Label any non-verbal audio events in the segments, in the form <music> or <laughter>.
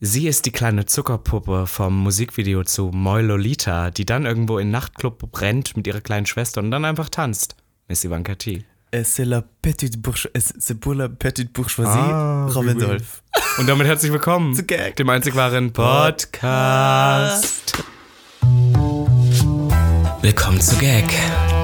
Sie ist die kleine Zuckerpuppe vom Musikvideo zu Moi Lolita, die dann irgendwo im Nachtclub rennt mit ihrer kleinen Schwester und dann einfach tanzt. Miss Ivanka T. C'est la petite bourgeoisie. C'est pour la petite bourgeoisie. Ah, oui, Robin oui. Dolph. Und damit herzlich willkommen Zu Gag. dem einzig wahren Podcast. Willkommen zu Gag,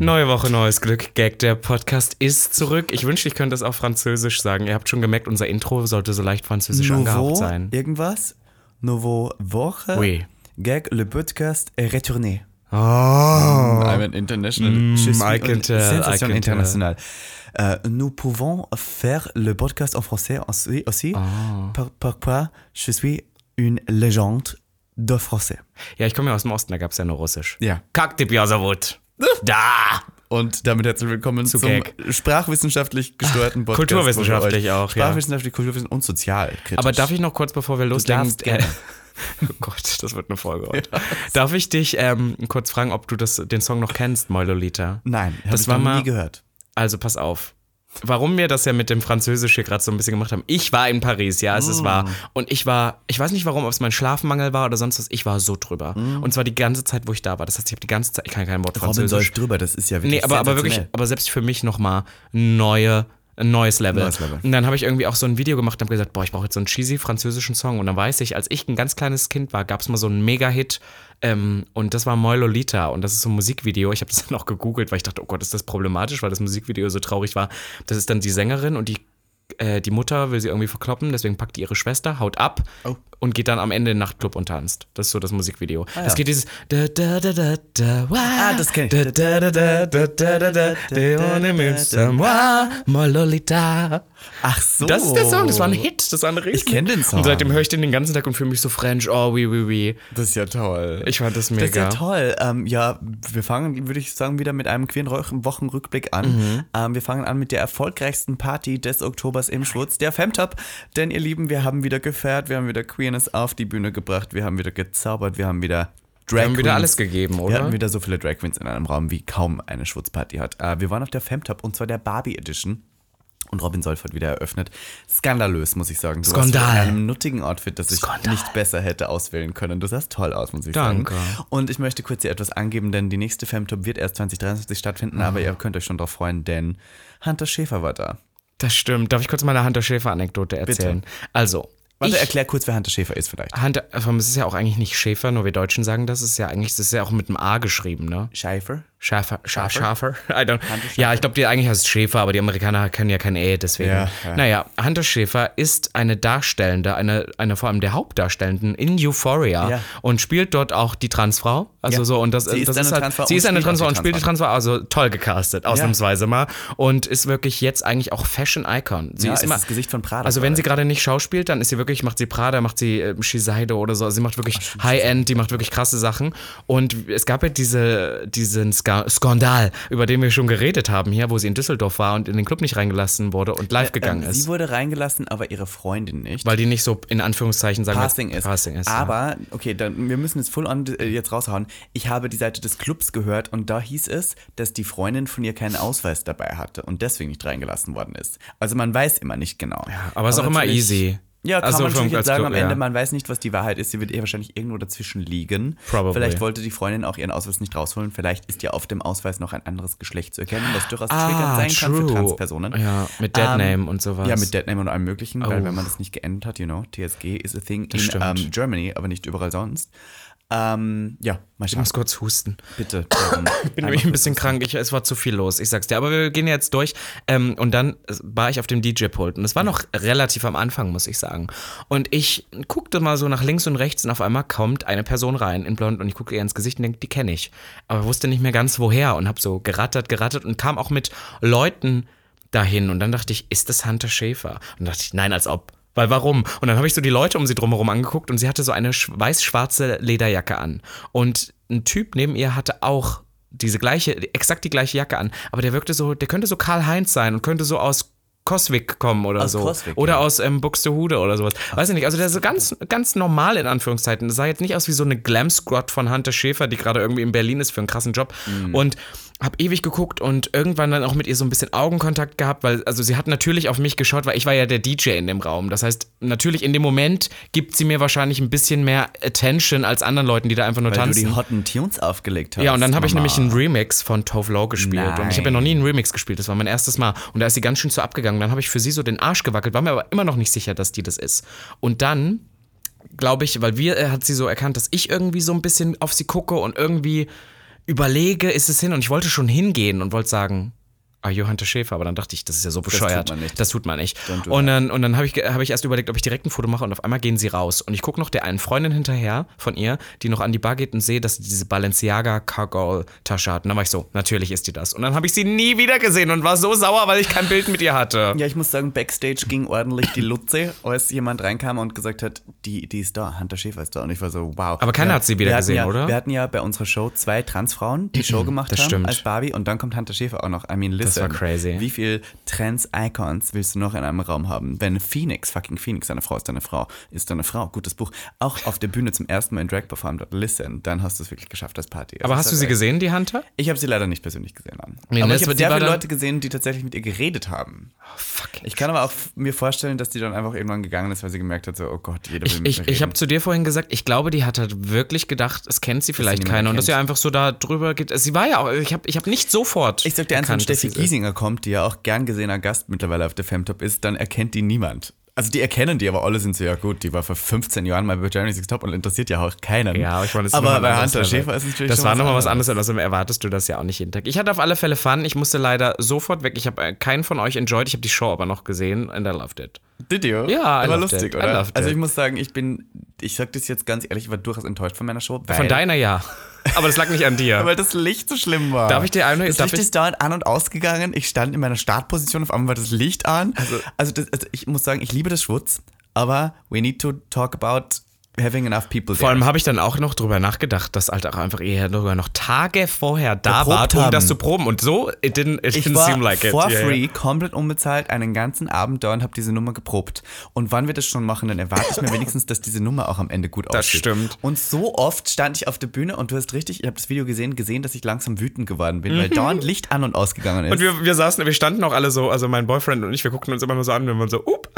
Neue Woche, neues Glück. Gag, der Podcast ist zurück. Ich wünschte, ich könnte das auf Französisch sagen. Ihr habt schon gemerkt, unser Intro sollte so leicht französisch angehaucht Nouveau. sein. Irgendwas? Nouveau Woche. Oui. Gag, le podcast est retourné. Oh. I'm an international. I can tell, I Sensation can tell. internationale. Euh, nous pouvons faire le podcast en français aussi, aussi par- pourquoi je suis une légende de français. Ja, ich komme ja aus dem Osten, da gab es ja nur Russisch. Ja. Kack die <laughs> Piasawut. Da! Und damit herzlich willkommen zum Gag. sprachwissenschaftlich <laughs> gesteuerten Podcast. Kulturwissenschaftlich wo wir euch- auch, ja. Sprachwissenschaftlich, kulturwissenschaftlich und sozial. Kritisch. Aber darf ich noch kurz, bevor wir loslegen? darfst gerne. <laughs> Oh Gott, das wird eine Folge heute. Darf ich dich ähm, kurz fragen, ob du das, den Song noch kennst, Moilolita? Nein, hab das ich war noch mal. nie gehört. Also pass auf. Warum wir das ja mit dem Französisch hier gerade so ein bisschen gemacht haben. Ich war in Paris, ja, es ist wahr. Mm. Und ich war, ich weiß nicht warum, ob es mein Schlafmangel war oder sonst was, ich war so drüber. Und zwar die ganze Zeit, wo ich da war. Das heißt, ich habe die ganze Zeit, ich kann kein Wort Mm. Robin Französisch. soll drüber, das ist ja wirklich Nee, aber, aber wirklich, sensationell. aber selbst für mich nochmal neue, ein neues Level. Neues Level. Und dann habe ich irgendwie auch so ein Video gemacht und habe gesagt, boah, ich brauche jetzt so einen cheesy französischen Song. Und dann weiß ich, als ich ein ganz kleines Kind war, gab es mal so einen Mega-Hit. Ähm, und das war Moi Lolita. Und das ist so ein Musikvideo. Ich habe das <laughs> dann auch gegoogelt, weil ich dachte, oh Gott, ist das problematisch, weil das Musikvideo so traurig war. Das ist dann die Sängerin und die äh, die Mutter will sie irgendwie verkloppen, deswegen packt die ihre Schwester, haut ab Oh. und geht dann am Ende in den Nachtclub und tanzt. Das ist so das Musikvideo. Es Ah, ja. geht dieses da, da, da, da, da, wow. Ah, das kenn ich. Da, da, da, da, da, da, da, da, they wanna me someone, my Lolita. Ach so. Das ist der Song, das war ein Hit, das war ein Riesen. kenn den Song. Und seitdem höre ich den den ganzen Tag und fühle mich so French, oh oui, oui, oui. Das ist ja toll. Ich fand das Das ist ja mega. toll. Ähm, ja, wir fangen, würde ich sagen, wieder mit einem queeren Ro- Wochenrückblick an. Mhm. Ähm, wir fangen an mit der erfolgreichsten Party des Oktobers im Schwurz, der Femtop. Denn ihr Lieben, wir haben wieder gefeiert, wir haben wieder Queerness auf die Bühne gebracht, wir haben wieder gezaubert, wir haben wieder Drag Wir haben wieder Queens. alles gegeben, Wir oder? hatten wieder so viele Drag Queens in einem Raum, wie kaum eine Schwurzparty hat. Äh, wir waren auf der Femtop und zwar der Barbie Edition. Und Robin Solf hat wieder eröffnet. Skandalös, muss ich sagen. Du warst Skandal. In einem nuttigen Outfit, das ich Skandal. nicht besser hätte auswählen können. Du sahst toll aus, muss ich Danke. sagen. Und ich möchte kurz hier etwas angeben, denn die nächste Femtop wird erst 2023 stattfinden, Mhm. aber ihr könnt euch schon darauf freuen, denn Hunter Schäfer war da. Das stimmt. Darf ich kurz meine Hunter Schäfer-Anekdote erzählen? Also. Warte, ich- erklär kurz, wer Hunter Schäfer ist vielleicht. Hunter, also es ist ja auch eigentlich nicht Schäfer, nur wir Deutschen sagen das. Es ist ja eigentlich, es ist ja auch mit einem A geschrieben, ne? Schäfer? Schäfer, Schäfer, Schäfer. <laughs> I don't. Ja, ich glaube, die eigentlich heißt Schäfer, aber die Amerikaner kennen ja kein E, deswegen. Ja, ja. Naja, Hunter Schäfer ist eine Darstellende, eine, eine vor allem der Hauptdarstellenden in Euphoria Ja. und spielt dort auch die Transfrau. Also Ja. so und das, Sie ist das eine halt, Transfrau sie und ist eine spielt auch die Transfrau und spielt die Transfrau. Transfrau, also toll gecastet, ausnahmsweise mal und ist wirklich jetzt eigentlich auch Fashion Icon. Sie Ja, ist ist immer das Gesicht von Prada Also wenn sie gerade nicht schauspielt, dann ist sie wirklich macht sie Prada, macht sie äh, Shiseido oder so. Also sie macht wirklich High End, die macht wirklich krasse Sachen und es gab ja diese diesen Ska Skandal, über den wir schon geredet haben hier, wo sie in Düsseldorf war und in den Club nicht reingelassen wurde und live gegangen Ähm, sie ist, wurde reingelassen, aber ihre Freundin nicht. weil die nicht so in Anführungszeichen sagen wir, Passing ist. Passing ist. ja. Aber, okay, dann, wir müssen es full on äh, jetzt raushauen. Ich habe die Seite des Clubs gehört und da hieß es, dass die Freundin von ihr keinen Ausweis dabei hatte und deswegen nicht reingelassen worden ist. Also man weiß immer nicht genau. aber ist auch immer natürlich- easy. Ja, kann Also man vom- natürlich jetzt als sagen, Club, am Ende, ja. man weiß nicht, was die Wahrheit ist. Sie wird eher wahrscheinlich irgendwo dazwischen liegen. Probably. Vielleicht wollte die Freundin auch ihren Ausweis nicht rausholen. Vielleicht ist ja auf dem Ausweis noch ein anderes Geschlecht zu erkennen, was durchaus Ah, triggern sein kann für true. Transpersonen. Ja, mit Ähm, Deadname und sowas. Ja, mit Deadname und allem Möglichen, Oh. weil wenn man das nicht geändert hat, you know, TSG is a thing in stimmt. ähm, Germany, aber nicht überall sonst. Ähm, ja, mal Ich schauen. muss kurz husten. <coughs> Bitte. Ich bin nämlich ein bisschen krank, ich, es war zu viel los, ich sag's dir. Aber wir gehen jetzt durch. Ähm, und dann war ich auf dem DJ-Pult. Und es war noch relativ am Anfang, muss ich sagen. Und ich guckte mal so nach links und rechts und auf einmal kommt eine Person rein in Blond und ich guckte ihr ins Gesicht und denke, die kenne ich. Aber wusste nicht mehr ganz woher und hab so gerattert, gerattert und kam auch mit Leuten dahin. Und dann dachte ich, ist das Hunter Schäfer? Und dachte ich, nein, als ob. Weil warum? Und dann habe ich so die Leute um sie drumherum angeguckt und sie hatte so eine sch- weiß-schwarze Lederjacke an. Und ein Typ neben ihr hatte auch diese gleiche, exakt die gleiche Jacke an. Aber der wirkte so, der könnte so Karl-Heinz sein und könnte so aus Coswick kommen oder Aus so. Coswig, oder ja. aus ähm, Buxtehude oder sowas. Weiß ich nicht. Also der ist so ganz, ganz normal in Anführungszeichen. Das sah jetzt nicht aus wie so eine Glam-Squad von Hunter Schäfer, die gerade irgendwie in Berlin ist für einen krassen Job. Mhm. Und hab ewig geguckt und irgendwann dann auch mit ihr so ein bisschen Augenkontakt gehabt, weil, also sie hat natürlich auf mich geschaut, weil ich war ja der DJ in dem Raum. Das heißt, natürlich in dem Moment gibt sie mir wahrscheinlich ein bisschen mehr Attention als anderen Leuten, die da einfach nur Weil tanzen. du die hotten Tunes aufgelegt hast. Ja, und dann habe ich Mama. nämlich einen Remix von Tove Lo gespielt. Und ich habe ja noch nie einen Remix gespielt. Das war mein erstes Mal. Und da ist sie ganz schön zu abgegangen. Dann habe ich für sie so den Arsch gewackelt, war mir aber immer noch nicht sicher, dass die das ist. Und dann, glaube ich, weil wir äh, hat sie so erkannt, dass ich irgendwie so ein bisschen auf sie gucke und irgendwie überlege, ist es hin? Und ich wollte schon hingehen und wollte sagen, ah, Johann Schäfer, aber dann dachte ich, das ist ja so bescheuert. man nicht. Das tut man nicht. Don't do Und dann, und dann habe ich, ge- hab ich erst überlegt, ob ich direkt ein Foto mache und auf einmal gehen sie raus. Und ich gucke noch der einen Freundin hinterher von ihr, die noch an die Bar geht und sehe, dass sie diese Balenciaga Cargol Tasche hat. Und dann war ich so, natürlich ist die das. Und dann habe ich sie nie wieder gesehen und war so sauer, weil ich kein Bild mit ihr hatte. Ja, ich muss sagen, Backstage ging ordentlich die Lutze, als jemand reinkam und gesagt hat, die, die ist da, Hunter Schäfer ist da. Und ich war so, wow. Aber keiner hat sie wieder wir hatten gesehen, ja, oder? Mhm, Wir hatten ja bei unserer Show zwei Transfrauen, die Show gemacht Das haben stimmt. als Barbie und dann kommt Hunter Schäfer auch noch. I mean, listen. war crazy. Wie viel Trans-Icons willst du noch in einem Raum haben? Wenn Phoenix, fucking Phoenix, deine Frau ist deine Frau, ist deine Frau, gutes Buch, auch auf der Bühne zum ersten Mal in Drag performt hat, listen, dann hast du es wirklich geschafft als Party. Also Aber es hast war du sie geil. gesehen, die Hunter? Ich habe sie leider nicht persönlich gesehen. An. Nee, aber ne, ich habe die sehr war viele dann- Leute gesehen, die tatsächlich mit ihr geredet haben. Fucking Oh, Ich kann aber auch f- mir vorstellen, dass die dann einfach irgendwann gegangen ist, weil sie gemerkt hat, so, oh Gott, jeder will Ich, mit mir ich, ich habe zu dir vorhin gesagt, ich glaube, die hat halt wirklich gedacht, es kennt sie vielleicht niemand keiner und dass kennt. sie einfach so da drüber geht. Sie war ja auch, ich habe ich hab nicht sofort. Ich sag dir eins, wenn erkannt, dass Steffi sie es ist. Giesinger kommt, die ja auch gern gesehener Gast mittlerweile auf der Femtop ist, dann erkennt die niemand. Also die erkennen die, aber alle sind so, ja gut, die war vor 15 Jahren mal bei Germany's Next Top und interessiert ja auch keinen. Ja, aber ich wollte es Aber nochmal bei anders Hunter erwähnen. Schäfer ist es natürlich Das schon war nochmal was anderes, also erwartest du das ja auch nicht jeden Tag. Ich hatte auf alle Fälle Fun, ich musste leider sofort weg. Ich habe äh, keinen von euch enjoyed, ich habe die Show aber noch gesehen and I loved it. Did you? Ja, I war loved lustig, it. I oder? loved Also ich it. muss sagen, ich bin, ich sag das jetzt ganz ehrlich, ich war durchaus enttäuscht von meiner Show. Weil, Von deiner ja. Aber das lag nicht an <laughs> dir. Weil das Licht so schlimm war. Darf ich dir einmal- Das darf Licht ich- ist dauernd an und ausgegangen. Ich stand in meiner Startposition, auf einmal war das Licht an. Also, das, also ich muss sagen, ich liebe das Schwutz, aber we need to talk about having enough Vor people there. allem habe ich dann auch noch drüber nachgedacht, dass halt auch einfach eher sogar noch Tage vorher da war, Geprobt um haben. das zu proben. Und so, it didn't, it Ich didn't war seem like it. for Ja, ja. free, komplett unbezahlt, einen ganzen Abend da und habe diese Nummer geprobt. Und wann wir das schon machen, dann erwarte ich mir wenigstens, dass diese Nummer auch am Ende gut aussieht. stimmt. Und so oft stand ich auf der Bühne und du hast richtig, ich habe das Video gesehen, gesehen, dass ich langsam wütend geworden bin, weil dauernd Licht an und ausgegangen ist. Mhm. Und wir, wir saßen, wir standen auch alle so, also mein Boyfriend und ich, wir guckten uns immer nur so an, wenn man so, up,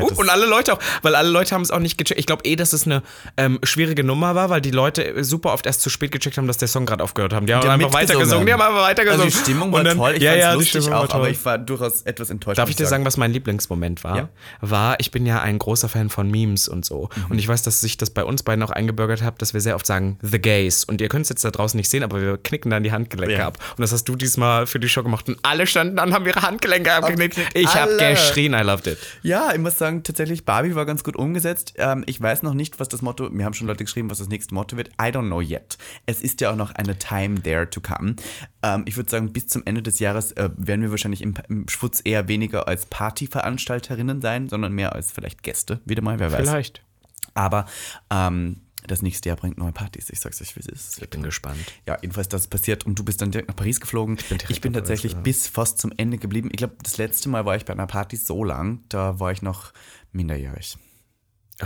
<laughs> up. das- Und alle Leute auch, weil alle Leute haben es auch nicht gecheckt. Ich glaube eh, dass es eine ähm, schwierige Nummer war, weil die Leute super oft erst zu spät gecheckt haben, dass der Song gerade aufgehört haben. Die haben Die haben einfach weitergesungen, mitgesungen. die haben einfach weitergesungen. Also die Stimmung war Und dann- toll, ich ja, fand's ja, die lustig Stimmung war auch, aber toll. ich war durchaus etwas enttäuscht. Darf muss ich dir sagen, was mein Lieblingsmoment war? Ja. Mhm. War, ich bin ja ein großer Fan von Memes und so. Und ich weiß, dass sich das bei uns beiden auch eingebürgert hat, dass wir sehr oft sagen, The Gays. Und ihr könnt es jetzt da draußen nicht sehen, aber wir knicken dann die Handgelenke Ja. ab. Und das hast du diesmal für die Show gemacht. Und alle standen an, haben ihre Handgelenke abgeknickt. Abgeknickt. Ich habe Alle. geschrien, I loved it. Ja, ich muss sagen, tatsächlich, Barbie war ganz gut umgesetzt. Ähm, ich weiß noch nicht, was das Motto, mir haben schon Leute geschrieben, was das nächste Motto wird. I don't know yet. Es ist ja auch noch eine Time there to come. Ähm, ich würde sagen, bis zum Ende des Jahres äh, werden wir wahrscheinlich im, im Schwutz eher weniger als Partyveranstalterinnen sein, sondern mehr als vielleicht Gäste. Wieder mal, wer weiß. Vielleicht. Aber ähm, das nächste Jahr bringt neue Partys. Ich sag's euch, wie es ist. Ich bin gespannt. Ja, jedenfalls, das ist passiert und du bist dann direkt nach Paris geflogen. Ich bin, direkt nach Paris tatsächlich geflogen. bis fast zum Ende geblieben. Ich glaube, das letzte Mal war ich bei einer Party so lang, da war ich noch minderjährig.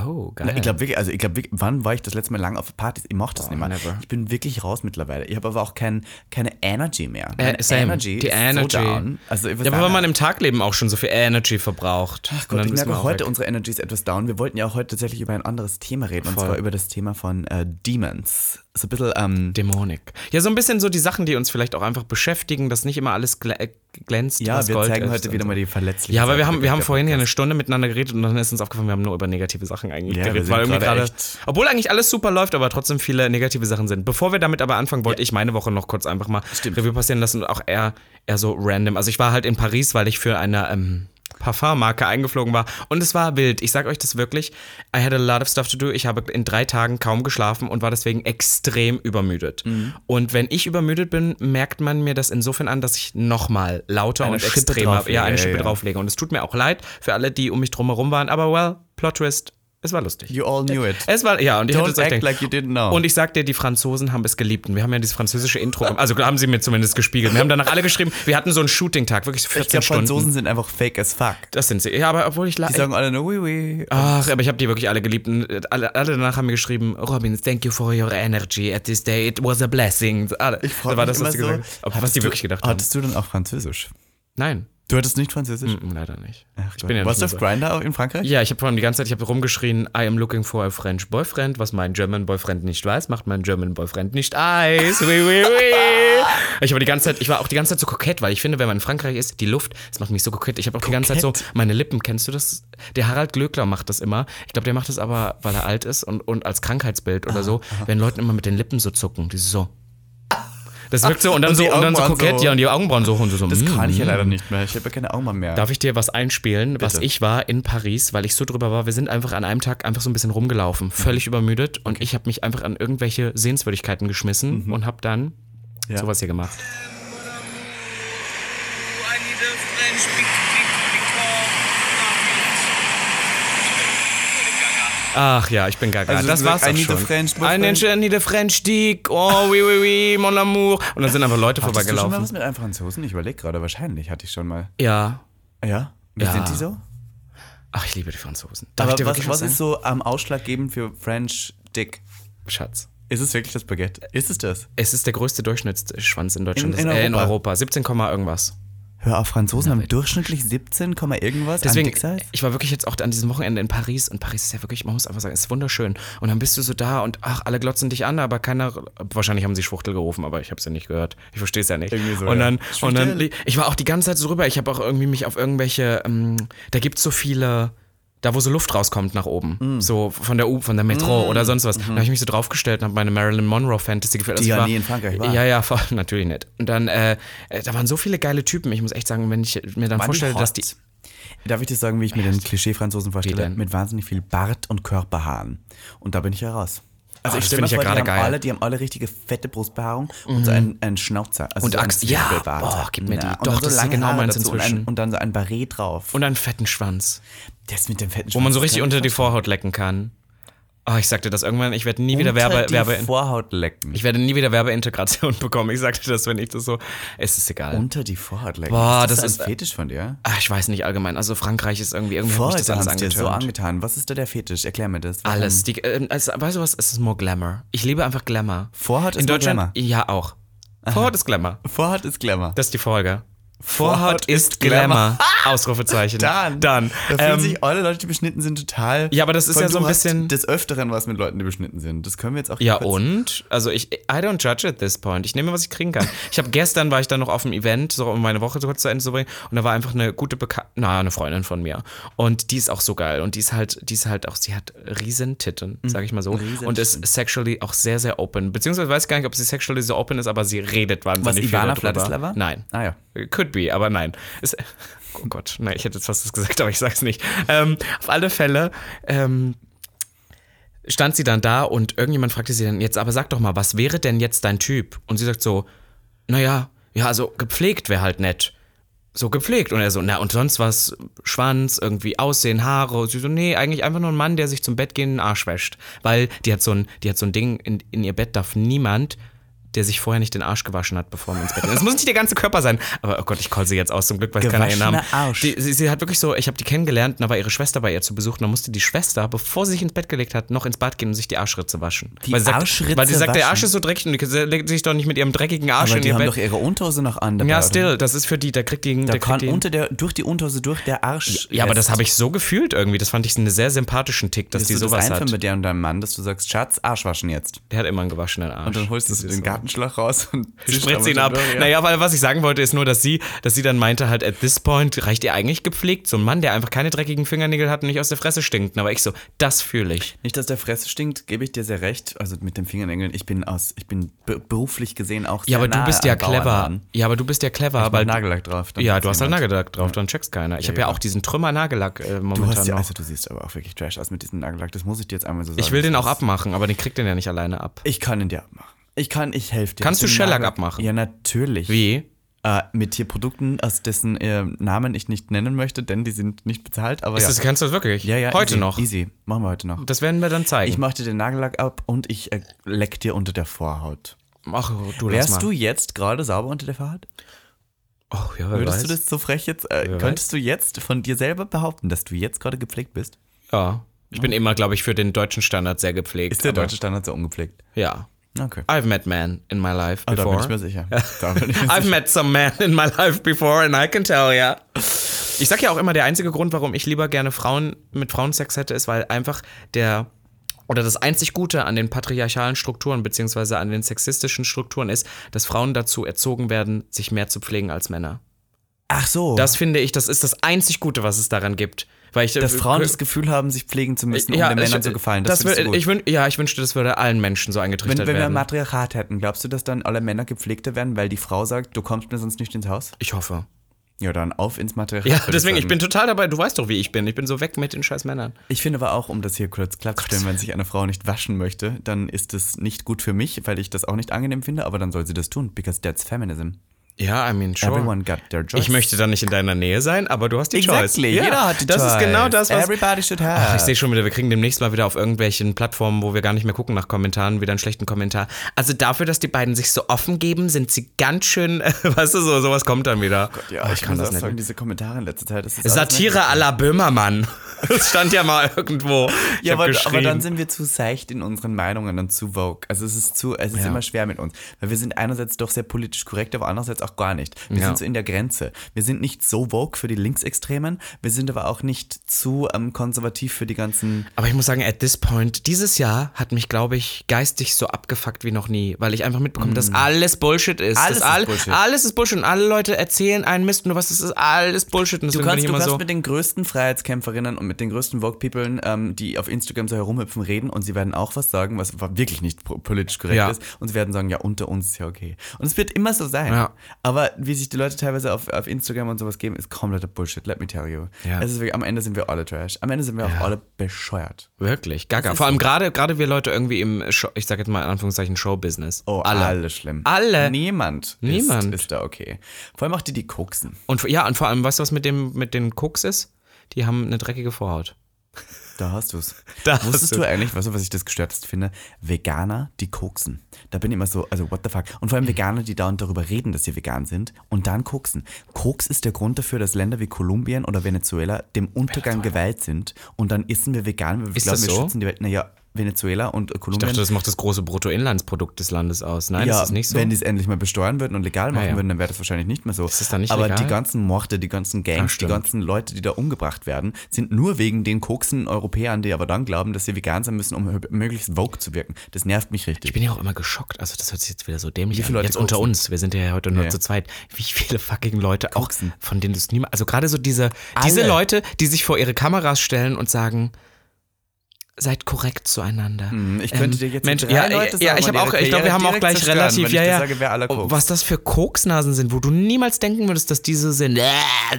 Oh, geil. Na, Ich glaube wirklich, also ich glaube, wirklich, wann war ich das letzte Mal lang auf Partys? Ich mochte das nicht mehr. never. Ich bin wirklich raus mittlerweile. Ich habe aber auch kein, keine Energy mehr. Meine Äh, same. Energy Die ist Energy. so down. Also, ich weiß ja, aber nicht. wenn man im Tagleben auch schon so viel Energy verbraucht. Ach Gott, ich merke auch heute, unsere Energy ist etwas down. Wir wollten ja auch heute tatsächlich über ein anderes Thema reden, und Voll. zwar über das Thema von äh, Demons. So ein bisschen, ähm, Dämonik. Ja, so ein bisschen so die Sachen, die uns vielleicht auch einfach beschäftigen, dass nicht immer alles glä äh, glänzt. ja, was wir Gold zeigen ist heute und wieder so. mal die verletzliche Ja, aber wir Seite haben, wir <laughs> haben der vorhin ja eine Stunde miteinander geredet und dann ist uns aufgefallen, wir haben nur über negative Sachen eigentlich Ja, wir geredet. sind Weil irgendwie gerade gerade, echt- obwohl eigentlich alles super läuft, aber trotzdem viele negative Sachen sind. Bevor wir damit aber anfangen, wollte ich meine Woche noch kurz einfach mal Revue passieren lassen und auch eher, eher so random. Also ich war halt in Paris, weil ich für eine ähm, Parfummarke eingeflogen war und es war wild. Ich sag euch das wirklich. I had a lot of stuff to do. Ich habe in drei Tagen kaum geschlafen und war deswegen extrem übermüdet. Mhm. Und wenn ich übermüdet bin, merkt man mir das insofern an, dass ich nochmal lauter Eine und Schippe extremer, drauflege, ja, eine ja, Schippe ja. drauf auflege. Und es tut mir auch leid für alle, die um mich drumherum waren, aber well, Plot Twist, es war lustig. You all knew it. Es war, ja, und ich Don't hätte es euch act denken- like you didn't know. Und ich sag dir, die Franzosen haben es geliebt. Und wir haben ja dieses französische Intro, gemacht. also haben sie mir zumindest gespiegelt. Wir haben danach alle geschrieben, wir hatten so einen Shooting-Tag, wirklich Ich 14 glaube, Stunden. Franzosen sind einfach fake as fuck. das sind sie. Ja, aber obwohl ich la- Die sagen alle nur oui, oui. Ach, aber ich habe die wirklich alle geliebt. Und äh, alle, alle danach haben mir geschrieben, Robin, thank you for your energy at this day. It was a blessing. Alle. Ich freu mich immer so, Aber was die wirklich gedacht haben. Hattest du dann auch Französisch? Nein, Du hattest nicht Französisch? mm, leider nicht. ich Gott. bin ja Warst nicht du so- auf Grinder auch in <laughs> Frankreich? Ja, ich habe vor allem die ganze Zeit, ich habe rumgeschrien, I am looking for a French boyfriend. Was mein German Boyfriend nicht weiß, macht mein German Boyfriend nicht Eis. Oui, oui, <laughs> oui. Ich war die ganze Zeit, ich war auch die ganze Zeit so kokett, weil ich finde, wenn man in Frankreich ist, die Luft, das macht mich so kokett. Ich habe auch die ganze Zeit so, meine Lippen, kennst du das? Der Harald Glöckler macht das immer. Ich glaube, der macht das aber, weil er alt ist und, und als Krankheitsbild oder so, wenn Leuten immer mit den Lippen so zucken, die so. Das wirkt so und dann Und die so und dann so Augenbrauen kokett, so. ja und die Augenbrauen so und so. so Das mm, kann ich ja mm. leider nicht mehr. Ich habe ja keine Augen mehr. Darf ich dir was einspielen, was ich war in Paris, weil ich so drüber war, wir sind einfach an einem Tag einfach so ein bisschen rumgelaufen, Mhm. völlig übermüdet und ich habe mich einfach an irgendwelche Sehenswürdigkeiten geschmissen und habe dann Mhm. Ja. sowas hier gemacht. I need a French big, big, big call. Ach ja, ich bin gaga. Also das du war's sagst, auch I need a schon. French I boyfriend. need I need a French dick. Oh, oui, oui, oui, mon amour. Und dann sind einfach Leute Hattest du schon mal vorbeigelaufen. was mit einem Franzosen? Ich überlege gerade, wahrscheinlich hatte ich schon mal. Ja. Ja? Wie Ja. sind die so? Ach, ich liebe die Franzosen. Darf ich Aber dir was, wirklich was was, ist so am ausschlaggebend für French sagen? Dick? Schatz. Ist es wirklich das Baguette? Ist es das? Es ist der größte Durchschnittsschwanz in Deutschland. In- in Das- äh, in Europa. Europa. 17, Komma irgendwas. Hör auf, Franzosen haben durchschnittlich 17, Komma irgendwas Deswegen, an Dick-Size? ich war wirklich jetzt auch an diesem Wochenende in Paris und Paris ist ja wirklich, man muss einfach sagen, ist wunderschön. Und dann bist du so da und ach, alle glotzen dich an, aber keiner, wahrscheinlich haben sie Schwuchtel gerufen, aber ich habe es ja nicht gehört. Ich verstehe es ja nicht. Irgendwie so, und ja. dann, und dann, Schwuchtel. ich war auch die ganze Zeit so rüber, ich habe auch irgendwie mich auf irgendwelche, ähm, da gibt's so viele, da wo so Luft rauskommt nach oben, Mm. so von der U, von der Metro oder sonst was. Da habe ich mich so draufgestellt und habe meine Marilyn Monroe Fantasy gefühlt. Mhm. Also Die ich ja nie in Frankreich war. Ja, ja, voll, <laughs> natürlich nicht. Und dann, äh, äh, da waren so viele geile Typen. Ich muss echt sagen, wenn ich mir dann Waren die vorstelle, dass die, hot? Darf ich dir sagen, wie ich mir den Klischee-Franzosen vorstelle? denn? Mit wahnsinnig viel Bart und Körperhaaren. Und da bin ich ja raus. Ah, das stell find mir ich ja vor, gerade die haben geil. Mhm. Alle, die haben alle richtige fette Brustbehaarung und so einen, einen Schnauzer. Also Und so einen Axt- ja, Zwirbelbart. boah, gib mir die. und Doch, dann so das ist ja lange genau Haare meins dazu Und, inzwischen. ein, und dann so ein Barret drauf. Und einen fetten Schwanz, das mit dem fetten wo man so richtig unter die Vorhaut lecken kann. Oh, ich sagte das irgendwann, ich werde nie wieder Werbe, die Werbe Vorhaut lecken. ich werde nie wieder Werbeintegration <laughs> bekommen. Ich sagte das, wenn ich das so, es ist egal. unter die Vorhaut lecken. Boah, ist das, das ein ist- Fetisch von dir? Ah, ich weiß nicht allgemein. Also Frankreich ist irgendwie irgendwie hat mich das Vorhaut alles haben dir so angetönt. angetan. Was ist da der Fetisch? Erklär mir das. Ähm, Warum? alles. Die, äh, also, weißt du was? Es ist more Glamour. Ich liebe einfach Glamour. Vorhaut In ist more Deutschland? Ja, auch. Vorhaut ist Glamour. Vorhaut ist Glamour. Das ist die Folge. Vorhaut, Vorhaut ist ist Glamour. Glamour. <laughs> Ausrufezeichen. Dann. Dann. Da fühlen Ähm, sich alle Leute, die beschnitten sind, total. Ja, aber das ist Vor allem ja so du ein bisschen- Hast des Öfteren was mit Leuten, die beschnitten sind. Das können wir jetzt auch. Ja kurz- und? Also ich, I don't judge at this point. Ich nehme, was ich kriegen kann. Ich habe gestern, war ich dann noch auf einem Event, so um meine Woche so kurz zu Ende zu bringen und da war einfach eine gute Bekannte, na, eine Freundin von mir und die ist auch so geil und die ist halt, die ist halt auch, sie hat riesen Titten, Mhm. sage ich mal so und ist sexually auch sehr, sehr open. Beziehungsweise weiß gar nicht, ob sie sexually so open ist, aber sie redet wahnsinnig Was, viel Ivana darüber. Vladislava? Nein. Ah ja. Could be, aber nein. Ist, oh Gott, nein, ich hätte jetzt fast das gesagt, aber ich sag's nicht. Ähm, auf alle Fälle ähm, stand sie dann da und irgendjemand fragte sie dann jetzt, aber sag doch mal, was wäre denn jetzt dein Typ? Und sie sagt so, naja, ja, also gepflegt wäre halt nett. So gepflegt. Und er so, na, und sonst was, Schwanz, irgendwie Aussehen, Haare. Und sie so, nee, eigentlich einfach nur ein Mann, der sich zum Bett gehen den Arsch wäscht. Weil die hat so ein, die hat so ein Ding, in, in ihr Bett darf niemand, der sich vorher nicht den Arsch gewaschen hat, bevor man ins Bett geht. Es muss nicht der ganze Körper sein. Aber oh Gott, ich call sie jetzt aus, zum Glück weiß keiner ihren Namen. Gewaschener Arsch. Die, sie, sie hat wirklich so, ich habe die kennengelernt, und da war ihre Schwester bei ihr zu Besuch. Und dann musste die Schwester, bevor sie sich ins Bett gelegt hat, noch ins Bad gehen und sich die Arschritze waschen. Die weil sie sagt, Arschritze Weil sie sagt, der waschen? Arsch ist so dreckig und die legt sich doch nicht mit ihrem dreckigen Arsch Aber in die ihr haben Bett. doch ihre Unterhose noch an. dabei, Ja, oder? still, das ist für die, da kriegt die, Da der kann kriegt die unter der, durch die Unterhose durch der Arsch. Ja, aber das lässt. habe ich so gefühlt irgendwie. Das fand ich einen sehr sympathischen Tick, dass Ist die dir das sowas einfach hat. mit dir und deinem Mann, dass du sagst, Schatz, Arsch waschen jetzt. Der hat immer einen gewaschenen Arsch. Und dann holst du den Gartenschlauch raus und Spritzt ihn ab. Naja, weil was ich sagen wollte, ist nur, dass sie, dass sie dann meinte, halt, at this point reicht ihr eigentlich gepflegt. So ein Mann, der einfach keine dreckigen Fingernägel hat und nicht aus der Fresse stinkt. Aber ich so, das fühle ich. Nicht, dass der Fresse stinkt, gebe ich dir sehr recht. Also mit dem Fingernägeln. Ich bin aus, ich bin be- beruflich gesehen auch Ja, aber du nahe bist ja am clever. Bauernladen. Ja, aber du bist ja clever, Weil weil. Nagellack drauf. dann Ja, weiß du hast halt jemand. Nagellack drauf, dann checkst keiner. Ich habe ja ja. auch diesen Trümmer Nagellack äh, Du hast momentan. ja, noch. also du siehst aber auch wirklich Trash aus mit diesem Nagellack. Das muss ich dir jetzt einmal so sagen. Ich will den Das auch ist- abmachen, aber den kriegt den ja nicht alleine ab. Ich kann ihn dir abmachen. Ich kann, ich helfe dir. Kannst Mit du dem Shellac Nagellack- abmachen? Ja, natürlich. Wie? äh, mit Tierprodukten, aus dessen äh, Namen ich nicht nennen möchte, denn die sind nicht bezahlt. Aber Ist ja. das, kannst du das wirklich? ja, ja, Heute easy, noch. Easy, machen wir heute noch. Das werden wir dann zeigen. Ich mach dir den Nagellack ab und ich äh, leck dir unter der Vorhaut. Ach, du lass mal. Wärst du jetzt gerade sauber unter der Vorhaut? Oh, ja, wer Würdest weiß. du das so frech jetzt, äh, Wer könntest du jetzt von dir selber behaupten, dass du jetzt gerade gepflegt bist? Ja. Ich bin immer, glaube ich, für den deutschen Standard sehr gepflegt. Ist der aber- deutsche Standard so ungepflegt? Ja. Okay. I've met man in my life Ah, da bin before. ich mir sicher. Da bin <laughs> ich mir I've sicher. met some man in my life before and I can tell ya. Ich sag ja auch immer, der einzige Grund, warum ich lieber gerne Frauen mit Frauen Sex hätte, ist, weil einfach der oder das einzig Gute an den patriarchalen Strukturen beziehungsweise an den sexistischen Strukturen ist, dass Frauen dazu erzogen werden, sich mehr zu pflegen als Männer. Ach so, Das finde ich, das ist das einzig Gute, was es daran gibt. Weil ich, äh, dass Frauen das Gefühl haben, sich pflegen zu müssen, um den Männern zu gefallen. Das Das, findest wür- du gut. ich wün, ja, ich wünschte, das würde allen Menschen so wenn, eingetrichtert wenn wir werden. ein Matriarchat hätten, glaubst du, dass dann alle Männer gepflegter werden, weil die Frau sagt, du kommst mir sonst nicht ins Haus? ich hoffe. Ja, dann auf ins Matriarchat. Ja, würde deswegen, ich sagen. bin total dabei. Du weißt doch, wie ich bin. Ich bin so weg mit den scheiß Männern. Ich finde aber auch, um das hier kurz klarzustellen, wenn sich eine Frau nicht waschen möchte, dann ist das nicht gut für mich, weil ich das auch nicht angenehm finde, aber dann soll sie das tun, because that's feminism. Ja, I mean, sure. Everyone got their choice. Ich möchte dann nicht in deiner Nähe sein, aber du hast die Choice. Exactly, Ja, jeder hat die Das choice. ist genau das, was... Everybody should have. Ach, ich sehe schon wieder, wir kriegen demnächst mal wieder auf irgendwelchen Plattformen, wo wir gar nicht mehr gucken nach Kommentaren, wieder einen schlechten Kommentar. Also dafür, dass die beiden sich so offen geben, sind sie ganz schön, <laughs> weißt du, so, sowas kommt dann wieder. ja, Oh, ich kann das nicht. Sagen, diese Kommentare in letzter Zeit. Das ist alles Satire à la Böhmermann. <laughs> Das stand ja mal irgendwo. Ich Ja, hab aber, aber geschrien. dann sind wir zu seicht in unseren Meinungen und zu vogue. Also es ist zu, es ist immer schwer mit uns. Weil wir sind einerseits doch sehr politisch korrekt, aber andererseits auch gar nicht. Wir Ja. sind so in der Grenze. Wir sind nicht so vogue für die Linksextremen, wir sind aber auch nicht zu ähm, konservativ für die ganzen. Aber ich muss sagen, at this point, dieses Jahr hat mich, glaube ich, geistig so abgefuckt wie noch nie, weil ich einfach mitbekomme, dass alles Bullshit ist. Mm. Alles dass ist Bullshit. Alles ist Bullshit und alle Leute erzählen einen Mist, nur was es ist alles Bullshit. Und Du deswegen bin ich kannst, du immer kannst so, mit den größten Freiheitskämpferinnen und mit den größten Vogue-Peoplen, ähm, die auf Instagram so herumhüpfen, reden und sie werden auch was sagen, was wirklich nicht pro- politisch korrekt Ja. ist. Und sie werden sagen, ja, unter uns ist ja okay. Und es wird immer so sein. Ja. Aber wie sich die Leute teilweise auf, auf Instagram und sowas geben, ist kompletter Bullshit, let me tell you. Ja. Es ist wirklich, am Ende sind wir alle trash. Am Ende sind wir auch alle bescheuert. wirklich, gaga. Vor allem gerade gerade wir Leute irgendwie im, Show, ich sag jetzt mal in Anführungszeichen, Showbusiness. Oh, alle, alle schlimm. Alle. Niemand. Niemand. Ist, ist da okay. Vor allem auch die, die koksen. Und ja, und vor allem, weißt du, was mit, dem, mit den Cooks ist? Die haben eine dreckige Vorhaut. Da hast du's. <laughs> Da hast Wusstest du's. du eigentlich, weißt du, was ich das gestörtest finde? Veganer, die koksen. Da bin ich immer so, also what the fuck. Und Mhm. vor allem Veganer, die dauernd darüber reden, dass sie vegan sind und dann koksen. Koks ist der Grund dafür, dass Länder wie Kolumbien oder Venezuela dem Untergang geweiht sind und dann essen wir vegan, weil wir Ist glauben, das wir so? schützen die Welt. Naja, Venezuela und äh, Ich Kolumbien. dachte, das macht das große Bruttoinlandsprodukt des Landes aus. Nein, ja, das ist nicht so. wenn die es endlich mal besteuern würden und legal machen ja. würden, dann wäre das wahrscheinlich nicht mehr so. Ist das dann nicht Aber legal? die ganzen Morde, die ganzen Ah, Gangs, die stimmt. ganzen Leute, die da umgebracht werden, sind nur wegen den koksen Europäern, die aber dann glauben, dass sie vegan sein müssen, um hö- möglichst vogue zu wirken. Das nervt mich richtig. Ich bin ja auch immer geschockt. Also, das hört sich jetzt wieder so dämlich an. viele Leute jetzt unter koksen? uns. Wir sind ja heute nur Ja. zu zweit. Wie viele fucking Leute Koksen. auch, von denen du es niemals. Also, gerade so diese, diese Alle. Leute, die sich vor ihre Kameras stellen und sagen, Seid korrekt zueinander. Hm, ich könnte dir Mhm. jetzt Ähm, Mensch, drei ja, Leute ja, sagen ich und habe auch, ihre ich glaube, wir Karriere haben auch direkt gleich zerstören, relativ, wenn ich ja, dir ja, sage, wer aller Oh, kokst. was das für Koksnasen sind, wo du niemals denken würdest, dass diese sind.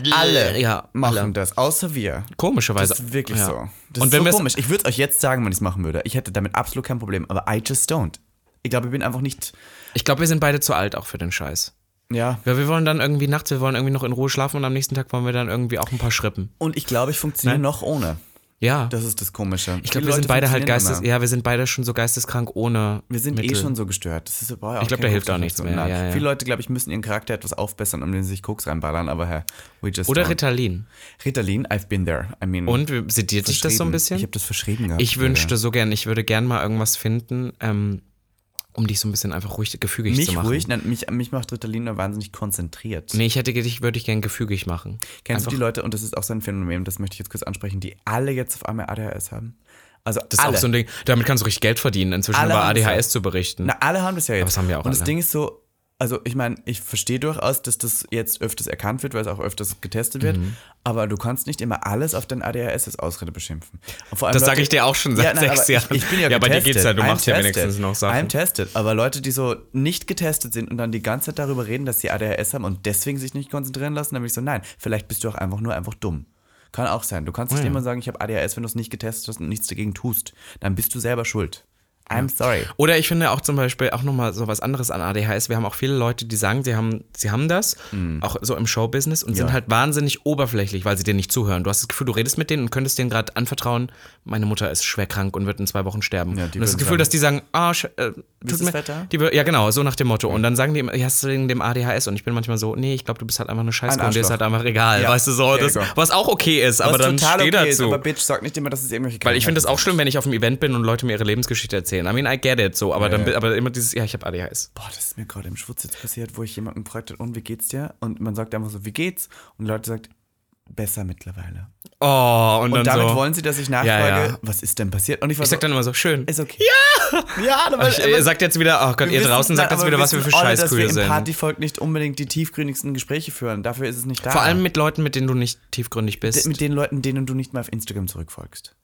alle ja, machen alle. das, außer wir. Komischerweise. Das ist wirklich ja. so. Das Und ist wenn so wir es- komisch. Ich würde es euch jetzt sagen, wenn ich es machen würde. Ich hätte damit absolut kein Problem, aber I just don't. Ich glaube, ich bin einfach nicht. Ich glaube, wir sind beide zu alt auch für den Scheiß. Ja. Ja, wir wollen dann irgendwie nachts, wir wollen irgendwie noch in Ruhe schlafen und am nächsten Tag wollen wir dann irgendwie auch ein paar Schrippen. Und ich glaube, ich funktioniere noch ohne. Ja. Das ist das Komische. ich glaube, wir sind beide halt geistes, Ja, ja, wir sind beide schon so geisteskrank ohne. wir sind Mittel. eh schon so gestört. Das ist, boah, ich glaub, da hilft auch nichts mehr. Ja, ja. Viele Leute, glaube ich, müssen ihren Charakter etwas aufbessern, um den sie sich Koks reinballern, aber hey, we just Oder don't. Ritalin. Ritalin, I've been there. I mean, Und wie- sediert dich das so ein verschrieben. bisschen? Ich habe das verschrieben gehabt. Ich wünschte so gern, ich würde gern mal irgendwas finden, ähm, um dich so ein bisschen einfach ruhig, gefügig zu Mich machen. ruhig, nein, mich, mich macht Ritalin nur wahnsinnig konzentriert. Nee, ich hätte dich, würde ich gern gefügig machen. Kennst einfach, du die Leute, und das ist auch so ein Phänomen, das möchte ich jetzt kurz ansprechen, die alle jetzt auf einmal ADHS haben? Also Das ist alle. auch so ein Ding, damit kannst du richtig Geld verdienen, inzwischen Alle über haben das ADHS ja. zu berichten. Na, alle haben das ja jetzt. das haben wir auch Und das alle. Ding ist so, also ich meine, ich verstehe durchaus, dass das jetzt öfters erkannt wird, weil es auch öfters getestet wird, Mhm. aber du kannst nicht immer alles auf dein ADHS als Ausrede beschimpfen. Und vor allem Das sag Leute- ich dir auch schon seit Ja, nein, sechs aber Jahren. Ich, ich bin ja, Ja, bei dir getestet. geht's ja, du I'm machst ja tested. wenigstens noch Sachen. I'm tested, aber Leute, die so nicht getestet sind und dann die ganze Zeit darüber reden, dass sie ADHS haben und deswegen sich nicht konzentrieren lassen, dann bin ich so, nein, vielleicht bist du auch einfach nur einfach dumm. Kann auch sein. Du kannst nicht immer sagen, ich habe ADHS, wenn du es nicht getestet hast und nichts dagegen tust. Dann bist du selber schuld. I'm sorry. Oder ich finde auch zum Beispiel auch nochmal so was anderes an ADHS. Wir haben auch viele Leute, die sagen, sie haben, sie haben das, Mhm. auch so im Showbusiness und sind halt wahnsinnig oberflächlich, weil sie dir nicht zuhören. Du hast das Gefühl, du redest mit denen und könntest denen gerade anvertrauen, meine Mutter ist schwer krank und wird in zwei Wochen sterben. Ja, und die du hast das Gefühl, würden sagen, dass die sagen, ah, sch- äh, tut ist mir, das Wetter? die, wür- ja genau, so nach dem Motto. Und dann sagen die, immer, ja, hast du wegen dem ADHS? Und ich bin manchmal so, nee, ich glaube, du bist halt einfach eine Scheiße und dir ist Arschloch. halt einfach egal, Ja. weißt du so, Ja, das, genau. was auch okay ist, aber dann total steh okay ist, dazu. Aber Bitch, sag nicht immer, dass es irgendwelche Weil ich finde das auch schlimm, wenn ich auf einem Event bin und Leute mir ihre Lebensgeschichte erzählen. I mean, I get it, so, aber dann bi- aber immer dieses, ja, ich habe ADHS. Boah, das ist mir gerade im Schwutz jetzt passiert, wo ich jemanden gefragt habe, und wie geht's dir? Und man sagt einfach so, wie geht's? Und Leute sagt, besser mittlerweile. Oh, und, dann Und damit so. wollen sie, dass ich nachfrage, Ja, ja. was ist denn passiert? Und ich, war ich sag dann immer so, schön. ist okay. Ja! Ja, aber, Ich, ihr sagt jetzt wieder, oh Gott, ihr draußen sagt jetzt wieder, was wir für dass wir Scheißkühe im sind. Partyvolk nicht unbedingt die tiefgrünigsten Gespräche führen. Dafür ist es nicht da. Vor allem mit Leuten, mit denen du nicht tiefgründig bist. mit den Leuten, denen du nicht mal auf Instagram zurückfolgst.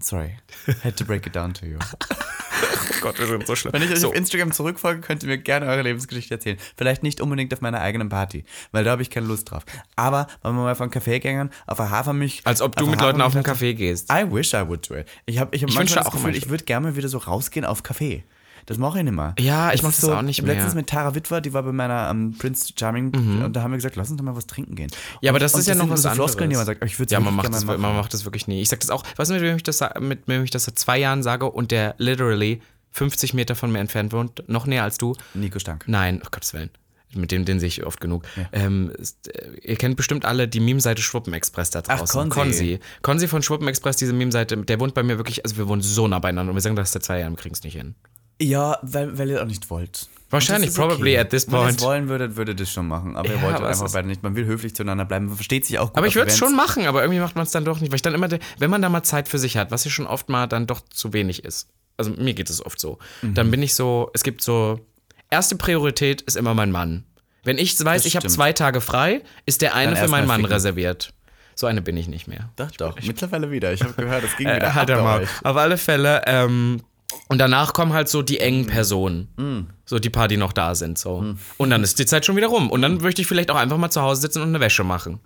Sorry. Had to break it down to you. Oh Gott, wir sind so schlimm. Wenn ich euch auf Instagram zurückfolge, könnt ihr mir gerne eure Lebensgeschichte erzählen. Vielleicht nicht unbedingt auf meiner eigenen Party, weil da habe ich keine Lust drauf. Aber wenn wir mal von Kaffeegängern auf eine Hafermilch. Als ob du eine mit Leuten auf einen Hafermilch- Kaffee gehst. I wish I would do it. Ich habe ich hab wünschte manchmal auch das Gefühl, manchmal. ich würde gerne mal wieder so rausgehen auf Kaffee. Das mache ich nicht mehr. Ja, ich mach ist das auch nicht mehr. Mhm. Letztens mit Tara Witwer, die war bei meiner ähm, Prince Charming und da haben wir gesagt, lass uns doch mal was trinken gehen. Ja, aber das und ist ja noch sind was so anderes. Floskeln, die man sagt, "Oh, ich würde ja, man macht, das, man macht das wirklich nie. Ich sag das auch, weißt du, mit wem ich das, sa- mit wem ich das seit zwei Jahren sage und der literally 50 Meter von mir entfernt wohnt, noch näher als du. Nico Stank. Nein, oh Gottes Willen. Mit dem, den sehe ich oft genug. Ähm, ist, äh, ihr kennt bestimmt alle die Meme-Seite Schwuppenexpress da draußen. Konzi. Konzi. Konzi von Schwuppenexpress, diese Meme-Seite, der wohnt bei mir wirklich, also wir wohnen so nah beieinander und wir sagen, das ist der zwei Jahre, wir kriegen es nicht hin. Ja, weil, weil ihr auch nicht wollt. Wahrscheinlich, Und das ist probably at this Wenn ihr point. es wollen würdet, würdet ihr es schon machen. Aber ihr Ja, wollt aber halt es einfach ist- beide nicht. Man will höflich zueinander bleiben. Man versteht sich auch gut. Aber ich auf würde es Events. schon machen, aber irgendwie macht man es dann doch nicht, weil ich dann immer, de- wenn man da mal Zeit für sich hat, was ja schon oft mal dann doch zu wenig ist. Also mir geht es oft so. Mhm. Dann bin ich so, es gibt so, erste Priorität ist immer mein Mann. Wenn ich weiß, Das ich habe stimmt. zwei Tage frei, ist der eine Dann für erst meinen mal Mann ficken. reserviert. So eine bin ich nicht mehr. Doch, doch. Mittlerweile wieder. Ich habe gehört, es <laughs> ging Äh, wieder. hat ab er bei mal. euch. Auf alle Fälle. Ähm, und danach kommen halt so die engen Personen. Mhm. So die paar, die noch da sind. So. Und dann ist die Zeit schon wieder rum. Und dann möchte ich vielleicht auch einfach mal zu Hause sitzen und eine Wäsche machen.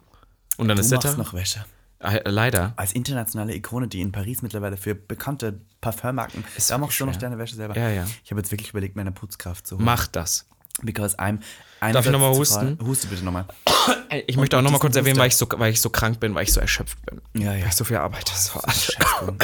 Und dann ist Du der machst Tag. noch Wäsche. Ah, äh, Leider. Als internationale Ikone, die in Paris mittlerweile für bekannte Parfümmarken, Ist da wirklich machst du noch schwer. deine Wäsche selber. Ja, ja. Ich habe jetzt wirklich überlegt, meine Putzkraft zu holen. Mach das. Because I'm Darf ich einerseits noch mal zu husten? faul- Huste bitte nochmal. <coughs> Ey, Ich möchte auch und nochmal diesen kurz erwähnen, Booster. weil ich, so, weil ich so krank bin, weil ich so erschöpft bin. Ja, ja. Weil ich so viel arbeite. Das war <coughs>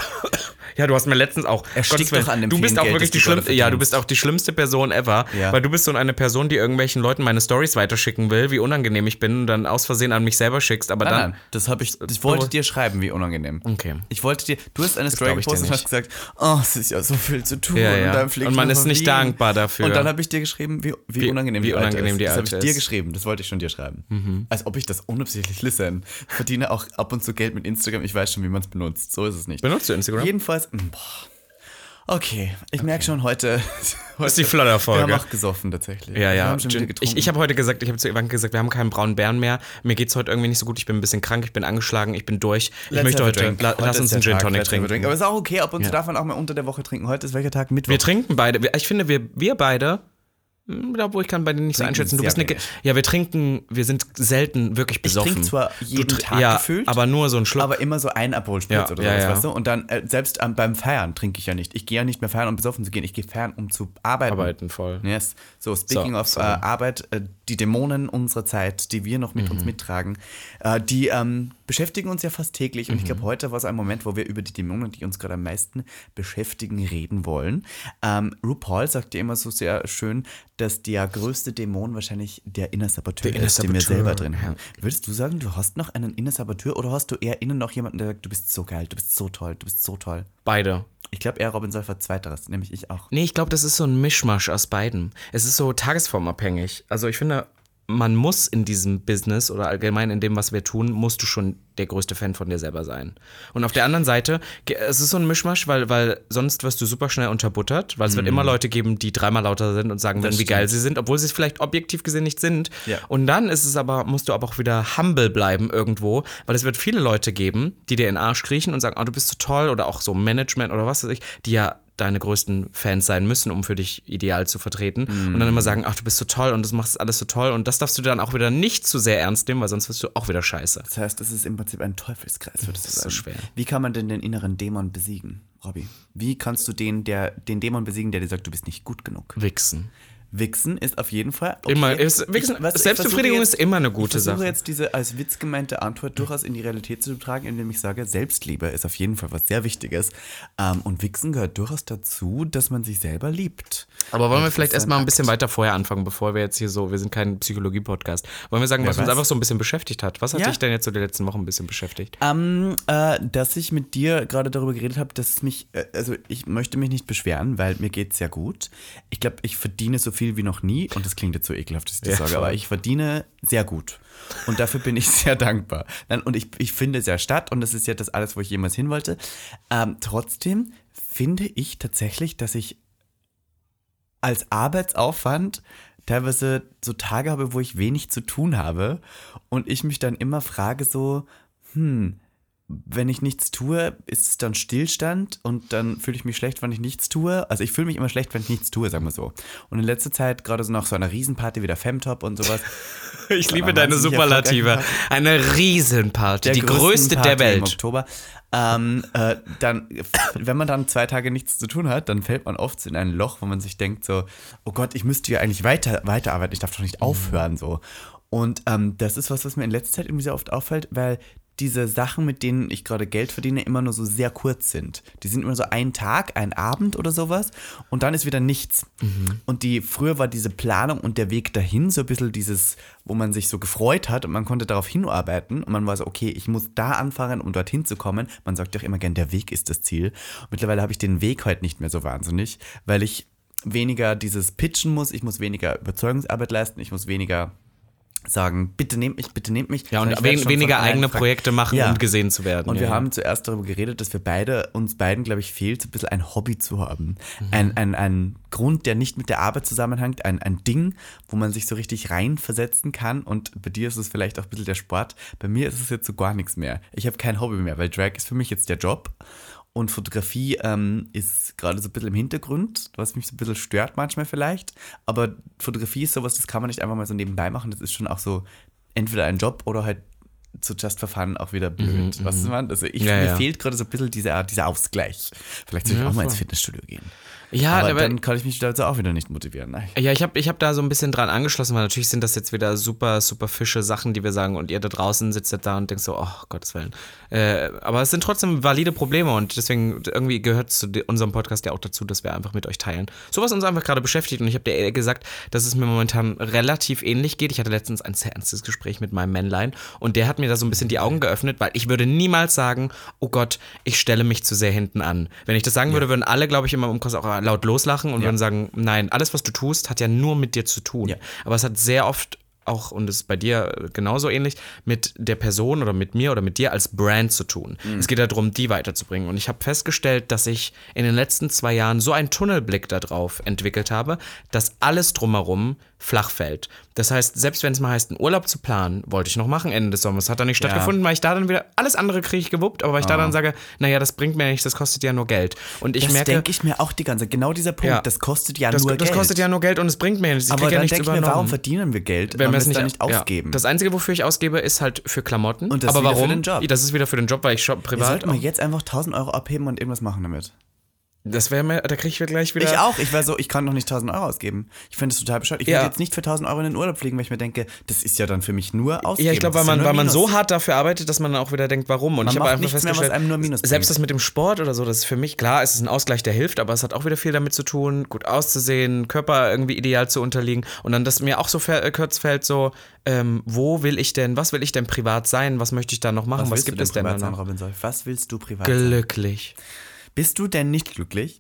ja, du hast mir letztens auch. Erstickt Gottes Willen, doch an dem du bist vielen auch Geld, wirklich das die du gerade schlimmste. Ja, du verdienst. bist auch die schlimmste Person ever, Ja. weil du bist so eine Person, die irgendwelchen Leuten meine Stories weiterschicken will, wie unangenehm ich bin und dann aus Versehen an mich selber schickst, aber Nein, dann. nein, das habe ich. Ich wollte dir schreiben, wie unangenehm. Okay. Ich wollte dir. Du hast eine Story glaub ich dir gepostet und hast gesagt, oh, es ist ja so viel zu tun. Ja, ja. Und, dann fliegt Und man noch ist nicht Wien. dankbar dafür. Und dann habe ich dir geschrieben, wie, wie, Wie- unangenehm, wie die, Alte unangenehm ist. die Das habe Alte ich dir ist. Mhm. geschrieben. Das wollte ich schon dir schreiben. Als ob ich das unabsichtlich listen. Ich verdiene auch ab und zu Geld mit Instagram. Ich weiß schon, wie man es benutzt. So ist es nicht. Benutzt du Instagram? Jedenfalls. mh, Boah. Okay, ich merke <laughs> schon, heute, heute die Flatterfolge. Wir haben auch gesoffen tatsächlich. Ja, Wir ja. haben schon wieder Gin- getrunken. Ich, ich habe heute gesagt, ich habe zu Ivanka gesagt, wir haben keinen braunen Bären mehr. Mir geht's heute irgendwie nicht so gut. Ich bin ein bisschen krank, ich bin angeschlagen, ich bin durch. Ich Let's möchte have a heute, drink. la, Heute lass ist uns der einen Gin Tag, Tonic let's have a trinken. drink. Aber ist auch okay, ab und zu darf man auch mal unter der Woche trinken. Heute ist welcher Tag? Mittwoch. Wir trinken beide. Wir- Ich finde, wir, wir beide, hm, da wo ich kann bei denen nicht so Trinken einschätzen. Du sehr bist eine, Ge- ja, wir trinken, wir sind selten wirklich besoffen. trinke zwar jeden du, tr- Tag ja, gefühlt, aber nur so einen Schluck. aber immer so ein Aperolspritz Ja, oder ja, sowas, ja. weißt du? Und dann, äh, selbst am- beim Feiern trinke ich ja nicht. Ich gehe ja nicht mehr feiern, um besoffen zu gehen. Ich gehe feiern, um zu arbeiten. arbeiten voll. Yes. So, speaking So, of äh, sorry. Arbeit, äh, die Dämonen unserer Zeit, die wir noch mit Mhm. uns mittragen, äh, die ähm, beschäftigen uns ja fast täglich. Und ich Mhm. glaube, heute war es ein Moment, wo wir über die Dämonen, die uns gerade am meisten beschäftigen, reden wollen. Ähm, RuPaul sagt ja immer so sehr schön, dass der größte Dämon wahrscheinlich der Inner Saboteur Der ist, den wir Inner Saboteur, selber drin haben. Würdest du sagen, du hast noch einen Inner Saboteur oder hast du eher innen noch jemanden, der sagt, du bist so geil, du bist so toll, du bist so toll? Beide. Ich glaube, eher Robin Seifert zweiteres, nämlich ich auch. Nee, ich glaube, das ist so ein Mischmasch aus beiden. Es ist so tagesformabhängig. Also ich finde, man muss in diesem Business oder allgemein in dem, was wir tun, musst du schon der größte Fan von dir selber sein. Und auf der anderen Seite, ge- es ist so ein Mischmasch, weil, weil sonst wirst du super schnell unterbuttert, weil es Hm. wird immer Leute geben, die dreimal lauter sind und sagen, werden, wie geil sie sind, obwohl sie es vielleicht objektiv gesehen nicht sind. Ja. Und dann ist es aber, musst du aber auch wieder humble bleiben irgendwo, weil es wird viele Leute geben, die dir in den Arsch kriechen und sagen, ah, du bist so toll oder auch so Management oder was weiß ich, die ja deine größten Fans sein müssen, um für dich ideal zu vertreten. Und Mhm. dann immer sagen, ach, du bist so toll und das machst alles so toll. Und das darfst du dann auch wieder nicht zu sehr ernst nehmen, weil sonst wirst du auch wieder scheiße. Das heißt, es ist im Prinzip ein Teufelskreis, würdest du ist so sagen. schwer. Wie kann man denn den inneren Dämon besiegen? Robby, wie kannst du den, der, den Dämon besiegen, der dir sagt, du bist nicht gut genug? Wichsen. Wichsen ist auf jeden Fall. okay. Immer, ist, Wichsen Ich- was- ich Selbstbefriedigung versuche ist immer eine Ich gute versuche Sache. jetzt diese als Witz gemeinte Antwort durchaus in die Realität zu tragen, indem ich sage, Selbstliebe ist auf jeden Fall was sehr Wichtiges. Ähm, und Wichsen gehört durchaus dazu, dass man sich selber liebt. Aber wollen wir vielleicht ist ein erstmal ein bisschen weiter vorher anfangen, bevor wir jetzt hier so, wir sind kein Psychologie-Podcast. Wollen wir sagen, was uns weiß. einfach so ein bisschen beschäftigt hat? Was hat Ja. dich denn jetzt so die letzten Wochen ein bisschen beschäftigt? Ähm, äh, dass ich mit dir gerade darüber geredet habe, dass es mich, äh, also ich möchte mich nicht beschweren, weil mir geht's sehr gut. Ich glaube, ich verdiene so viel wie noch nie und das klingt jetzt so ekelhaft, dass ich das Ja, sage, voll. aber ich verdiene sehr gut und dafür bin ich <laughs> sehr dankbar. Nein, und ich, ich finde sehr statt und das ist ja das alles, wo ich jemals hin wollte. Ähm, trotzdem finde ich tatsächlich, dass ich als Arbeitsaufwand teilweise so Tage habe, wo ich wenig zu tun habe und ich mich dann immer frage so, hm, wenn ich nichts tue, ist es dann Stillstand und dann fühle ich mich schlecht, wenn ich nichts tue. Also ich fühle mich immer schlecht, wenn ich nichts tue, sagen wir so. Und in letzter Zeit gerade so nach so einer Riesenparty wie der Femtop und sowas. Ich liebe man deine weiß nicht, Superlative. Eine Riesenparty, die größten größte der Party Im Welt. Oktober. Ähm, äh, dann, wenn man dann zwei Tage nichts zu tun hat, dann fällt man oft so in ein Loch, wo man sich denkt so, oh Gott, ich müsste ja eigentlich weiter, weiterarbeiten, ich darf doch nicht aufhören so. Und ähm, das ist was, was mir in letzter Zeit irgendwie sehr oft auffällt, weil diese Sachen, mit denen ich gerade Geld verdiene, immer nur so sehr kurz sind. Die sind immer so ein Tag, ein Abend oder sowas und dann ist wieder nichts. Und die früher war diese Planung und der Weg dahin so ein bisschen dieses, wo man sich so gefreut hat und man konnte darauf hinarbeiten und man war so, okay, ich muss da anfangen, um dorthin zu kommen. Man sagt doch immer gern, der Weg ist das Ziel. Mittlerweile habe ich den Weg heute nicht mehr so wahnsinnig, weil ich weniger dieses Pitchen muss, ich muss weniger Überzeugungsarbeit leisten, ich muss weniger sagen, bitte nehmt mich, bitte nehmt mich. Ja, und Ich werde wen, schon von weniger allen eigene gefragt. Projekte machen, Ja. um gesehen zu werden. Und ja. wir haben zuerst darüber geredet, dass wir beide, uns beiden, glaube ich, fehlt, so ein bisschen ein Hobby zu haben. Mhm. Ein, ein, ein Grund, der nicht mit der Arbeit zusammenhängt, ein, ein Ding, wo man sich so richtig reinversetzen kann. Und bei dir ist es vielleicht auch ein bisschen der Sport. Bei mir ist es jetzt so gar nichts mehr. Ich habe kein Hobby mehr, weil Drag ist für mich jetzt der Job. Und Fotografie ähm, ist gerade so ein bisschen im Hintergrund, was mich so ein bisschen stört manchmal vielleicht. Aber Fotografie ist sowas, das kann man nicht einfach mal so nebenbei machen. Das ist schon auch so entweder ein Job oder halt zu Just for Fun auch wieder blöd. was man? Also ich, Mhm, Ja, mir ja. fehlt gerade so ein bisschen dieser, dieser Ausgleich. Vielleicht soll ich Ja, auch mal ins voll. Fitnessstudio gehen. ja, aber, aber- dann kann ich mich dazu auch wieder nicht motivieren. ne? Nein. Äh, Ja, ich habe ich hab da so ein bisschen dran angeschlossen, weil natürlich sind das jetzt wieder super, super fische Sachen, die wir sagen und ihr da draußen sitzt jetzt da und denkt so, oh Gottes Willen. Äh, aber es sind trotzdem valide Probleme und deswegen irgendwie gehört zu de- unserem Podcast ja auch dazu, dass wir einfach mit euch teilen. So was uns einfach gerade beschäftigt und ich habe dir ehrlich gesagt, dass es mir momentan relativ ähnlich geht. Ich hatte letztens ein sehr ernstes Gespräch mit meinem Männlein und der hat mir da so ein bisschen die Augen geöffnet, weil ich würde niemals sagen, oh Gott, ich stelle mich zu sehr hinten an. Wenn ich das sagen würde, würden alle, glaube ich, immer im Umkreis auch laut loslachen und würden sagen, nein, alles, was du tust, hat ja nur mit dir zu tun. Ja. Aber es hat sehr oft auch, und es ist bei dir äh, genauso ähnlich, mit der Person oder mit mir oder mit dir als Brand zu tun. Mhm. Es geht darum, die weiterzubringen. Und ich habe festgestellt, dass ich in den letzten zwei Jahren so einen Tunnelblick darauf entwickelt habe, dass alles drumherum flach fällt. Das heißt, selbst wenn es mal heißt, einen Urlaub zu planen, wollte ich noch machen Ende des Sommers, hat dann nicht stattgefunden, weil ich da dann wieder, alles andere kriege ich gewuppt, aber weil ich da dann sage, naja, das bringt mir nichts, das kostet ja nur Geld. Und ich Ah. Das merke, denke ich mir auch die ganze Zeit. Genau dieser Punkt, Ja. das kostet ja das, nur das Geld. kostet ja nur Geld und es bringt mir ja nichts. Ich aber krieg ja dann nichts denke ich mir, warum übernommen. verdienen wir Geld, wenn wir wir es nicht, dann nicht ausgeben? Ja. Das Einzige, wofür ich ausgebe, ist halt für Klamotten. Und das ist Aber wieder für warum? den Job. Das ist wieder für den Job, weil ich shop Wir privat. sollten wir jetzt einfach 1000 Euro abheben und irgendwas machen damit. Das wäre mir, da kriege ich gleich wieder. Ich auch. Ich war so, ich kann doch nicht 1000 Euro ausgeben. Ich finde es total bescheuert. Ich Ja. würde jetzt nicht für 1000 Euro in den Urlaub fliegen, weil ich mir denke, das ist ja dann für mich nur ausgeben. Ja, ich glaube, weil Das ist ja man, nur weil man so Minus. hart dafür arbeitet, dass man dann auch wieder denkt, warum. Und ich habe macht einfach nichts mehr, was festgestellt, einem nur Minus selbst bringt. das mit dem Sport oder so, das ist für mich klar, es ist ein Ausgleich, der hilft, aber es hat auch wieder viel damit zu tun, gut auszusehen, Körper irgendwie ideal zu unterliegen. Und dann, dass mir auch so fer- äh, kurz fällt, so, ähm, wo will ich denn, was will ich denn privat sein, was möchte ich da noch machen, was, willst gibt du es denn da privat sein, noch? Robin Solf? Was willst du privat sein? Glücklich. Bist du denn nicht glücklich?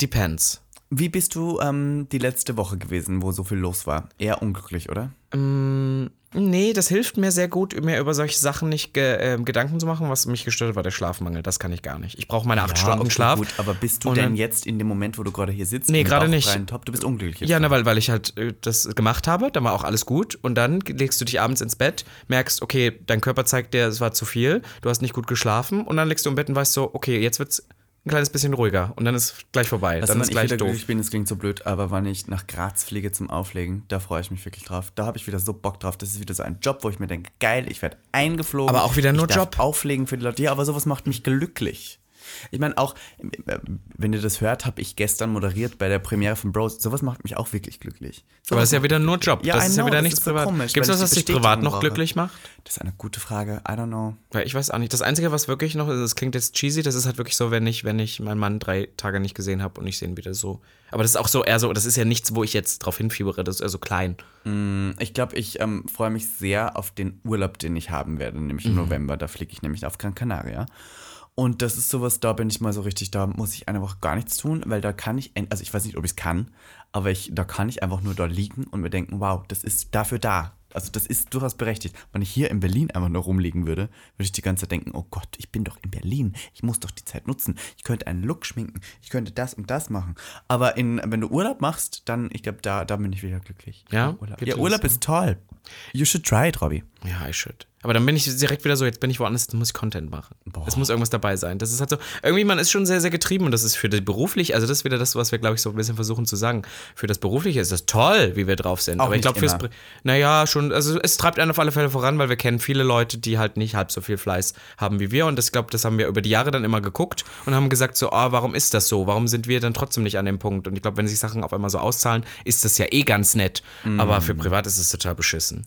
Depends. Wie bist du ähm, die letzte Woche gewesen, wo so viel los war? Eher unglücklich, oder? Nee, das hilft mir sehr gut, mir über solche Sachen nicht ge ähm, Gedanken zu machen. Was mich gestört hat, war der Schlafmangel. Das kann ich gar nicht. Ich brauche meine acht Stunden okay, Schlaf. Gut, aber bist du Und denn dann- jetzt in dem Moment, wo du gerade hier sitzt? Nee, im gerade Bauch nicht. freien Top, du bist unglücklich. jetzt. Ja, na, weil, weil ich halt äh, das gemacht habe, dann war auch alles gut und dann legst du dich abends ins Bett, merkst, okay, dein Körper zeigt dir, es war zu viel, du hast nicht gut geschlafen und dann legst du im Bett und weißt so, okay, jetzt wird's ein kleines bisschen ruhiger und dann ist gleich vorbei, Also, dann wenn ist ich gleich wieder doof. glücklich bin, das klingt so blöd, aber wenn ich nach Graz fliege zum Auflegen, da freue ich mich wirklich drauf. Da habe ich wieder so Bock drauf. Das ist wieder so ein Job, wo ich mir denke, geil, ich werde eingeflogen. Aber auch wieder nur ich darf Job. Auflegen für die Leute. Ja, aber sowas macht mich glücklich. Ich meine, auch, äh, wenn ihr das hört, habe ich gestern moderiert bei der Premiere von Bros. Sowas macht mich auch wirklich glücklich. Aber das ist ja wieder nur Job. Ja, das I ist ja know, wieder das nichts ist so privat. komisch, Gibt es weil was, ich was die dich privat Bestätigung noch brauche. glücklich macht? Das ist eine gute Frage. I don't know. Weil ich weiß auch nicht. Das Einzige, was wirklich noch, das klingt jetzt cheesy, das ist halt wirklich so, wenn ich, wenn ich meinen Mann drei Tage nicht gesehen habe und ich sehe ihn wieder so. Aber das ist auch so eher so, das ist ja nichts, wo ich jetzt drauf hinfiebere, das ist eher so klein. Ich glaube, ich ähm, freue mich sehr auf den Urlaub, den ich haben werde, nämlich im November. Da fliege ich nämlich auf Gran Canaria. Und das ist sowas, da bin ich mal so richtig, da muss ich eine Woche gar nichts tun, weil da kann ich, en- also ich weiß nicht, ob ich es kann, aber ich, da kann ich einfach nur da liegen und mir denken, wow, das ist dafür da. Also das ist durchaus berechtigt. Wenn ich hier in Berlin einfach nur rumliegen würde, würde ich die ganze Zeit denken, oh Gott, ich bin doch in Berlin. Ich muss doch die Zeit nutzen. Ich könnte einen Look schminken. Ich könnte das und das machen. Aber in, wenn du Urlaub machst, dann, ich glaube, da, da bin ich wieder glücklich. Ja? Urlaub. Geht Ja, das Urlaub ist toll. You should try it, Robby. Ja, I should. Aber dann bin ich direkt wieder so, jetzt bin ich woanders, jetzt muss ich Content machen. Es muss irgendwas dabei sein. Das ist halt so, irgendwie, man ist schon sehr, sehr getrieben und das ist für die beruflich, also das ist wieder das, was wir, glaube ich, so ein bisschen versuchen zu sagen. Für das Berufliche ist das toll, wie wir drauf sind. Aber ich nicht glaube, fürs, immer. Pri- naja, schon, also es treibt einen auf alle Fälle voran, weil wir kennen viele Leute, die halt nicht halb so viel Fleiß haben wie wir und das, glaube das haben wir über die Jahre dann immer geguckt und haben gesagt so, ah, warum ist das so? Warum sind wir dann trotzdem nicht an dem Punkt? Und ich glaube, wenn sich Sachen auf einmal so auszahlen, ist das ja eh ganz nett. Mm. Aber für privat ist es total beschissen.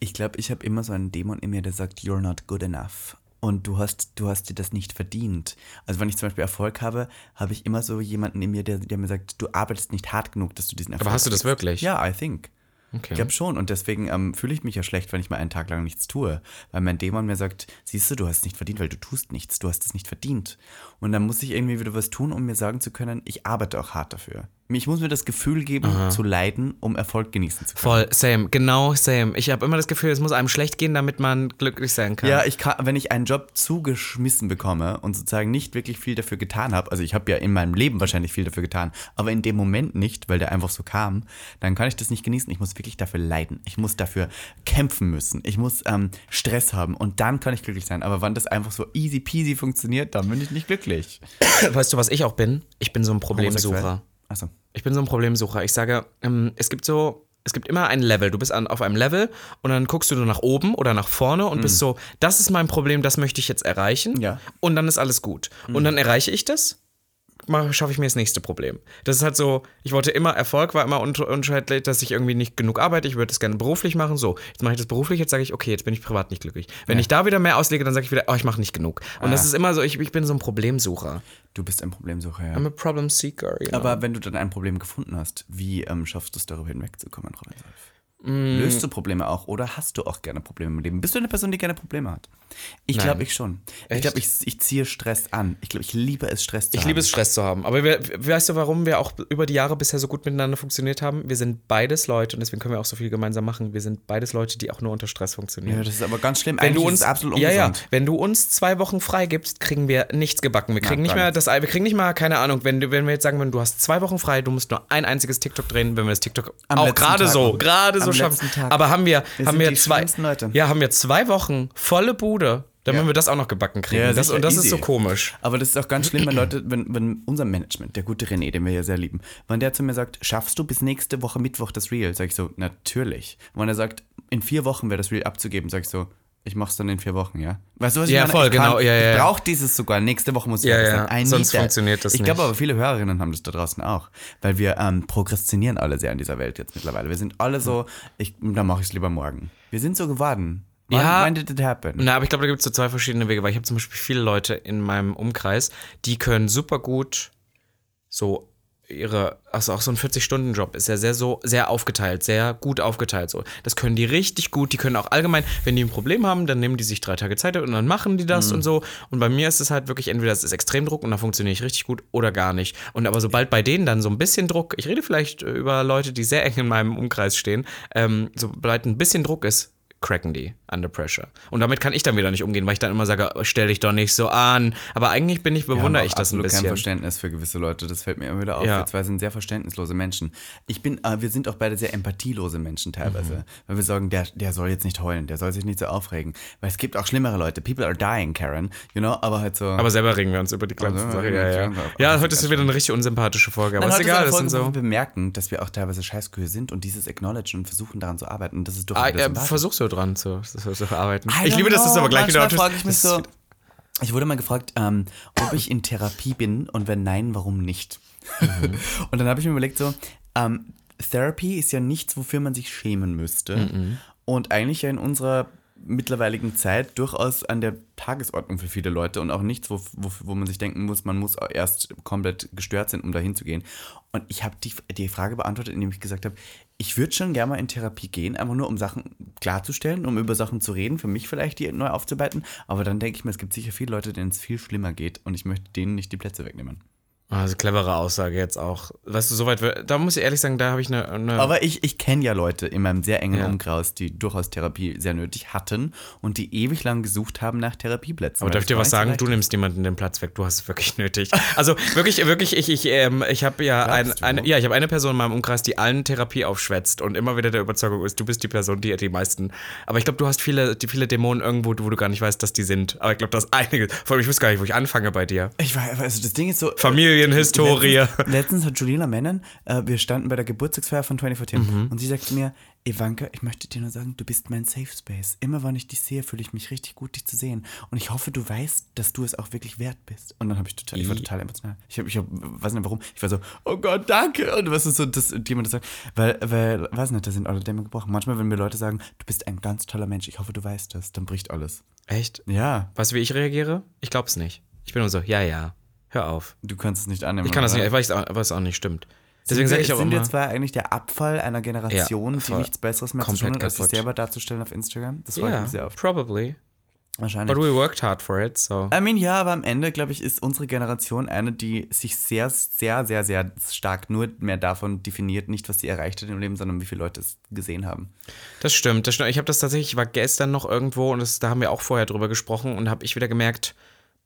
Ich glaube, ich habe immer so einen Dämon in mir, der sagt, you're not good enough. Und du hast, du hast dir das nicht verdient. Also wenn ich zum Beispiel Erfolg habe, habe ich immer so jemanden in mir, der, der mir sagt, du arbeitest nicht hart genug, dass du diesen Erfolg hast du das kriegst. wirklich? Ja, I think. Okay. Ich glaube schon. Und deswegen ähm, fühle ich mich ja schlecht, wenn ich mal einen Tag lang nichts tue. Weil mein Dämon mir sagt, siehst du, du hast es nicht verdient, weil du tust nichts. Du hast es nicht verdient. Und dann muss ich irgendwie wieder was tun, um mir sagen zu können, ich arbeite auch hart dafür. Ich muss mir das Gefühl geben, zu leiden, um Erfolg genießen zu können. Voll, same, genau same. Ich habe immer das Gefühl, es muss einem schlecht gehen, damit man glücklich sein kann. Ja, ich kann, wenn ich einen Job zugeschmissen bekomme und sozusagen nicht wirklich viel dafür getan habe, also ich habe ja in meinem Leben wahrscheinlich viel dafür getan, aber in dem Moment nicht, weil der einfach so kam, dann kann ich das nicht genießen. Ich muss wirklich dafür leiden. Ich muss dafür kämpfen müssen. Ich muss ähm, Stress haben und dann kann ich glücklich sein. Aber wann das einfach so easy peasy funktioniert, dann bin ich nicht glücklich. Weißt du, was ich auch bin? Ich bin so ein Homosexuell. Problemsucher. Achso. Ich bin so ein Problemsucher. Ich sage, ähm, es gibt so, es gibt immer ein Level. Du bist an, auf einem Level und dann guckst du nur nach oben oder nach vorne und bist so, das ist mein Problem, das möchte ich jetzt erreichen. Ja. Und dann ist alles gut. Und dann erreiche ich das. mach- Schaffe ich mir das nächste Problem. Das ist halt so, ich wollte immer Erfolg, war immer unter- unschädlich, dass ich irgendwie nicht genug arbeite. Ich würde das gerne beruflich machen. So, jetzt mache ich das beruflich, jetzt sage ich, okay, jetzt bin ich privat nicht glücklich. Wenn ich da wieder mehr auslege, dann sage ich wieder, oh, ich mache nicht genug. Und das ist immer so, ich, ich bin so ein Problemsucher. Du bist ein Problemsucher, ja. I'm a problem seeker. You know? Aber wenn du dann ein Problem gefunden hast, wie ähm, schaffst du es darüber hinwegzukommen, Robin Solf? Mm. Löst du Probleme auch oder hast du auch gerne Probleme im Leben? Bist du eine Person, die gerne Probleme hat? Ich glaube, ich schon. Ich glaube, ich, ich ziehe Stress an. Ich glaube, ich liebe es, Stress zu Ich haben. liebe es, Stress zu haben. Aber wir, weißt du, warum wir auch über die Jahre bisher so gut miteinander funktioniert haben? Wir sind beides Leute und deswegen können wir auch so viel gemeinsam machen. Wir sind beides Leute, die auch nur unter Stress funktionieren. Ja, das ist aber ganz schlimm. wenn du Eigentlich ist uns es absolut ja, ungesund. ja, wenn du uns zwei Wochen frei gibst, kriegen wir nichts gebacken. Wir kriegen Nein, nicht gar mehr das, Ei- wir kriegen nicht mal keine Ahnung. Wenn, du- wenn wir jetzt sagen würden, du hast zwei Wochen frei, du musst nur ein einziges TikTok drehen, wenn wir das TikTok Am auch letzten gerade Tag so, noch. gerade so Am schaffen. letzten Tag. Aber haben wir, Wir haben sind wir die zwei, schlimmsten Leute. ja, haben wir zwei Wochen volle Bude, damit Ja. wir das auch noch gebacken kriegen. Ja, das, sicher, und das ist easy. so komisch. Aber das ist auch ganz schlimm, wenn Leute, wenn, wenn unser Management, der gute René, den wir ja sehr lieben, wenn der zu mir sagt, schaffst du bis nächste Woche Mittwoch das Reel? Sag ich so, natürlich. Und wenn er sagt, in vier Wochen wäre das Reel abzugeben, sag ich so, ich mach's dann in vier Wochen, ja? Weißt du, was ich Ja, meine? voll, ich kann- genau, ja, ja, Ich ja. brauche dieses sogar. Nächste Woche muss ich Ja, fertig ja, sein. I sonst need that. funktioniert das Ich glaube nicht. aber, viele Hörerinnen haben das da draußen auch, weil wir ähm, prokrastinieren alle sehr in dieser Welt jetzt mittlerweile. Wir sind alle so, ich, dann mache ich's lieber morgen. Wir sind so geworden. When, Ja. when did it happen? Na, aber ich glaube, da gibt es so zwei verschiedene Wege, weil ich habe zum Beispiel viele Leute in meinem Umkreis, die können super gut so ihre, also auch so ein 40-Stunden-Job ist ja sehr so, sehr aufgeteilt, sehr gut aufgeteilt so. Das können die richtig gut, die können auch allgemein, wenn die ein Problem haben, dann nehmen die sich drei Tage Zeit und dann machen die Mhm. das und so. Und bei mir ist es halt wirklich, entweder es ist Extremdruck und dann funktioniere ich richtig gut oder gar nicht. Und aber sobald bei denen dann so ein bisschen Druck, ich rede vielleicht äh, über Leute, die sehr eng in meinem Umkreis stehen, ähm, sobald ein bisschen Druck ist, cracken die under pressure. Und damit kann ich dann wieder nicht umgehen, weil ich dann immer sage, oh, stell dich doch nicht so an. Aber eigentlich bin ich, bewundere haben ich auch das ein absolut kein bisschen. Verständnis für gewisse Leute. Das fällt mir immer wieder auf. Ja. Wir zwei sind sehr verständnislose Menschen. Ich bin, äh, wir sind auch beide sehr empathielose Menschen teilweise, Mhm. weil wir sagen, der, der soll jetzt nicht heulen, der soll sich nicht so aufregen, weil es gibt auch schlimmere Leute. People are dying, Karen, you know. Aber halt so. Aber selber regen wir uns über die ganze Also, Sache. regen wir Ja, uns ja. schon auf. ja, heute ist wieder eine richtig unsympathische Folge, aber Nein, ist heute egal, eine das Folge, sind wo so. Wir bemerken, dass wir auch teilweise Scheißkühe sind und dieses acknowledgen und versuchen daran zu arbeiten. Und das ist Ah, durchaus äh, versuch so dran zu, zu, zu arbeiten. I Ich don't liebe, dass das know. aber gleich wieder Manchmal frage ich mich Das- so, Ich wurde mal gefragt, ähm, ob ich in Therapie bin und wenn nein, warum nicht? <laughs> und dann habe ich mir überlegt, so, ähm, Therapy ist ja nichts, wofür man sich schämen müsste. Und eigentlich ja in unserer mittlerweiligen Zeit durchaus an der Tagesordnung für viele Leute und auch nichts, wo, wo, wo man sich denken muss, man muss erst komplett gestört sein, um dahin zu gehen. Und ich habe die, die Frage beantwortet, indem ich gesagt habe, ich würde schon gerne mal in Therapie gehen, einfach nur um Sachen klarzustellen, um über Sachen zu reden, für mich vielleicht die neu aufzubereiten. Aber dann denke ich mir, es gibt sicher viele Leute, denen es viel schlimmer geht und ich möchte denen nicht die Plätze wegnehmen. Also clevere Aussage jetzt auch. Weißt du, soweit, wir- da muss ich ehrlich sagen, da habe ich eine, eine Aber ich, ich kenne ja Leute in meinem sehr engen Ja. Umkreis, die durchaus Therapie sehr nötig hatten und die ewig lang gesucht haben nach Therapieplätzen. Also Aber weil darf es ich dir gar was nicht so sagen? leicht Du ist. nimmst jemanden den Platz weg. Du hast es wirklich nötig. Also wirklich, wirklich, ich, ich, ähm, ich habe ja, ein, Glaubst du? eine, ja, ich habe eine Person in meinem Umkreis, die allen Therapie aufschwätzt und immer wieder der Überzeugung ist, du bist die Person, die die meisten. Aber ich glaube, du hast viele, die, viele Dämonen irgendwo, wo du gar nicht weißt, dass die sind. Aber ich glaube, das einige. Vor allem, ich wusste gar nicht, wo ich anfange bei dir. Ich weiß, also das Ding ist so. Familienhistorie. Letztens, letztens hat Julina Mennen, äh, wir standen bei der Geburtstagsfeier von 24 Tim Mhm. und sie sagte mir, Ivanka, ich möchte dir nur sagen, du bist mein Safe Space. Immer wenn ich dich sehe, fühle ich mich richtig gut, dich zu sehen. Und ich hoffe, du weißt, dass du es auch wirklich wert bist. Und dann habe ich total, ich war total emotional. Ich habe, ich hab, weiß nicht warum, ich war so, oh Gott, danke. Und was ist so, dass jemand das sagt, weil, weil, weiß nicht, da sind alle Dämme gebrochen. Manchmal, wenn mir Leute sagen, du bist ein ganz toller Mensch, ich hoffe, du weißt das, dann bricht alles. <laughs> Echt? Ja, Weißt du, wie ich reagiere? Ich glaube es nicht. Ich bin nur so, ja, ja, hör auf. du kannst es nicht annehmen. Ich kann das oder? nicht, weil es auch, weil's auch nicht stimmt. Deswegen Sind sage wir- ich auch sind immer. wir zwar eigentlich der Abfall einer Generation, Ja, die voll. nichts Besseres mehr zu Komplett tun hat, als sich kaputt. selber darzustellen auf Instagram? Das freut Ja, mich sehr oft. probably. Wahrscheinlich. But we worked hard for it, so. I mean, ja, aber am Ende, glaube ich, ist unsere Generation eine, die sich sehr, sehr, sehr, sehr stark nur mehr davon definiert, nicht was sie erreicht hat im Leben, sondern wie viele Leute es gesehen haben. Das stimmt, das stimmt. Ich habe das tatsächlich, ich war gestern noch irgendwo und das, da haben wir auch vorher drüber gesprochen und habe ich wieder gemerkt,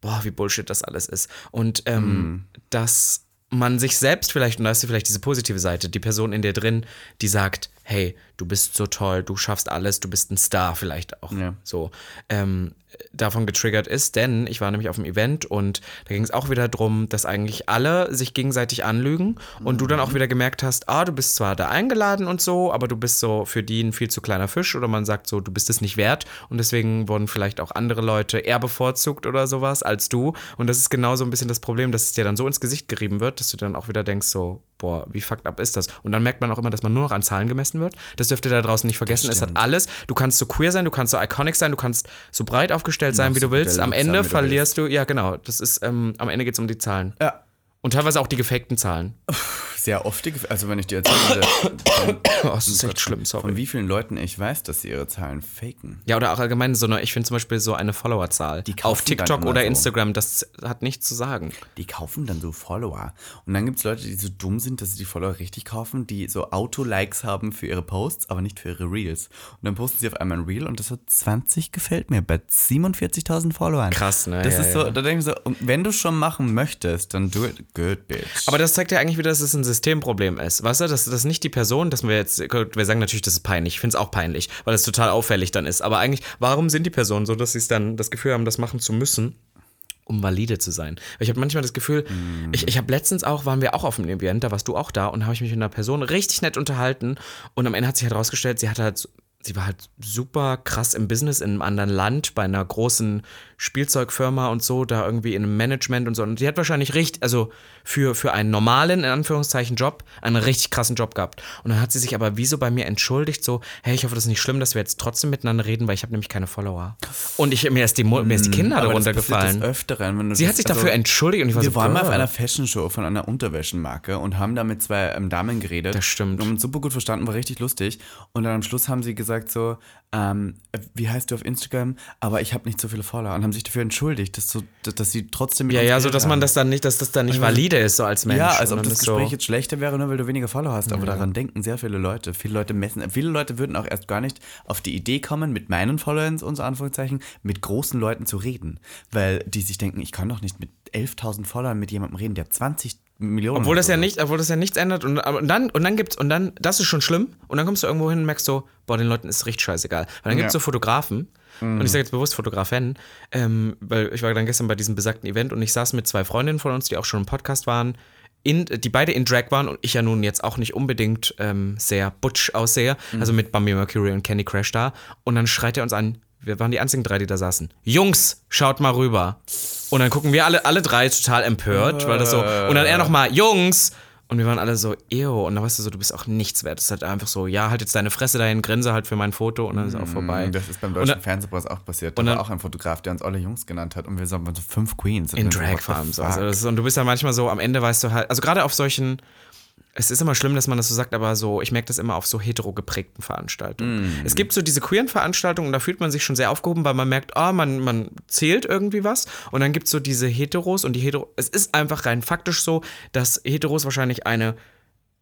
boah, wie Bullshit das alles ist. Und ähm, dass man sich selbst vielleicht, und da ist vielleicht diese positive Seite, die Person in dir drin, die sagt, hey, du bist so toll, du schaffst alles, du bist ein Star vielleicht auch Ja. so, ähm, davon getriggert ist, denn ich war nämlich auf dem Event und da ging es auch wieder drum, dass eigentlich alle sich gegenseitig anlügen und du dann auch wieder gemerkt hast, ah, du bist zwar da eingeladen und so, aber du bist so für die ein viel zu kleiner Fisch oder man sagt so, du bist es nicht wert und deswegen wurden vielleicht auch andere Leute eher bevorzugt oder sowas als du und das ist genau so ein bisschen das Problem, dass es dir dann so ins Gesicht gerieben wird, dass du dann auch wieder denkst so, boah, wie fucked up ist das? Und dann merkt man auch immer, dass man nur noch an Zahlen gemessen wird. Das dürft ihr da draußen nicht vergessen. Es hat alles. Du kannst so queer sein, du kannst so iconic sein, du kannst so breit aufgestellt sein, wie so du willst. Am deluxe sein, Ende wie du verlierst du, ja genau, das ist, ähm, am Ende geht es um die Zahlen. Ja. Und teilweise auch die gefakten Zahlen. Sehr oft, die Gef- also wenn ich dir erzähle, von, Oh, das ist echt schlimm, sorry. von wie vielen Leuten ich weiß, dass sie ihre Zahlen faken. Ja, oder auch allgemein so eine, ich finde zum Beispiel so eine Followerzahl Die kaufen auf dann TikTok immer oder so. Instagram, das hat nichts zu sagen. Die kaufen dann so Follower. Und dann gibt es Leute, die so dumm sind, dass sie die Follower richtig kaufen, die so Auto-Likes haben für ihre Posts, aber nicht für ihre Reels. Und dann posten sie auf einmal ein Reel und das hat 20 gefällt mir bei 47.000 Followern. Krass, ne? Das Ja, ist so, ja. da denke ich so, und wenn du schon machen möchtest, dann do it good, bitch. Aber das zeigt ja eigentlich wieder, dass es ein Systemproblem ist. Weißt du, dass das nicht die Person, dass wir jetzt, wir sagen natürlich, das ist peinlich. Ich finde es auch peinlich, weil es total auffällig dann ist. Aber eigentlich, warum sind die Personen so, dass sie es dann das Gefühl haben, das machen zu müssen? um valide zu sein. Weil ich habe manchmal das Gefühl, Mhm. ich, ich habe letztens auch, waren wir auch auf dem Event, da warst du auch da und habe ich mich mit einer Person richtig nett unterhalten und am Ende hat sich halt rausgestellt, sie hat halt, sie war halt super krass im Business in einem anderen Land, bei einer großen Spielzeugfirma und so, da irgendwie in einem Management und so. Und die hat wahrscheinlich richtig, also für, für einen normalen, in Anführungszeichen, Job, einen richtig krassen Job gehabt. Und dann hat sie sich aber wie so bei mir entschuldigt, so, hey, ich hoffe, das ist nicht schlimm, dass wir jetzt trotzdem miteinander reden, weil ich habe nämlich keine Follower. Und ich, mir ist die, Mu- mir ist die Kinder Mhm, Aber das passiert runtergefallen. Des Öfteren, wenn du Sie das- hat sich also- dafür entschuldigt und ich war so, Wir waren mal auf "Girl." einer Fashion-Show von einer Unterwäschenmarke und haben da mit zwei ähm, Damen geredet. Das stimmt. Und haben uns super gut verstanden, war richtig lustig. Und dann am Schluss haben sie gesagt so, ähm, äh, wie heißt du auf Instagram? Aber ich habe nicht so viele Follower. Und haben sich dafür entschuldigt, dass, so, dass, dass sie trotzdem mit ja, uns ja, so geredet dass man haben. das dann nicht, dass das dann nicht valide ist, so als Mensch. Also, Ja, als Und ob dann das ist Gespräch so, jetzt schlechter wäre, nur weil du weniger Follower hast. Aber daran denken sehr viele Leute. Viele Leute messen, viele Leute würden auch erst gar nicht auf die Idee kommen, mit meinen Followern, unter Anführungszeichen, mit großen Leuten zu reden. Weil die sich denken, ich kann doch nicht mit 11.000 Followern mit jemandem reden, der 20 Millionen obwohl das hat ja oder nicht, obwohl das ja nichts ändert und, aber- und dann und dann gibt's und dann das ist schon schlimm und dann kommst du irgendwo hin und merkst so, boah, den Leuten ist richtig scheißegal. Weil dann gibt's Ja. so Fotografen und ich sage jetzt bewusst Fotografen, ähm, weil ich war dann gestern bei diesem besagten Event und ich saß mit zwei Freundinnen von uns, die auch schon im Podcast waren. In, die beide in Drag waren und ich ja nun jetzt auch nicht unbedingt ähm, sehr butch aussehe, also mit Bambi Mercury und Candy Crash da. Und dann schreit er uns an, wir waren die einzigen drei, die da saßen. Jungs, schaut mal rüber. Und dann gucken wir alle, alle drei total empört, weil das so. Und dann er nochmal, Jungs. Und wir waren alle so, ew. Und dann weißt du so, du bist auch nichts wert. Das ist halt einfach so, ja, halt jetzt deine Fresse dahin, grinse halt für mein Foto und dann ist auch vorbei. Das ist beim Und deutschen dann- Fernsehpreis auch passiert. Da war auch ein Fotograf, der uns alle Jungs genannt hat und wir sagen, so fünf Queens. in Drag Farms. Also das ist, und du bist ja manchmal so, am Ende weißt du halt, also gerade auf solchen, es ist immer schlimm, dass man das so sagt, aber so, ich merke das immer auf so hetero geprägten Veranstaltungen. Mm. Es gibt so diese queeren Veranstaltungen, und da fühlt man sich schon sehr aufgehoben, weil man merkt, ah, man, man zählt irgendwie was. Und dann gibt es so diese Heteros und die Hetero, es ist einfach rein faktisch so, dass Heteros wahrscheinlich eine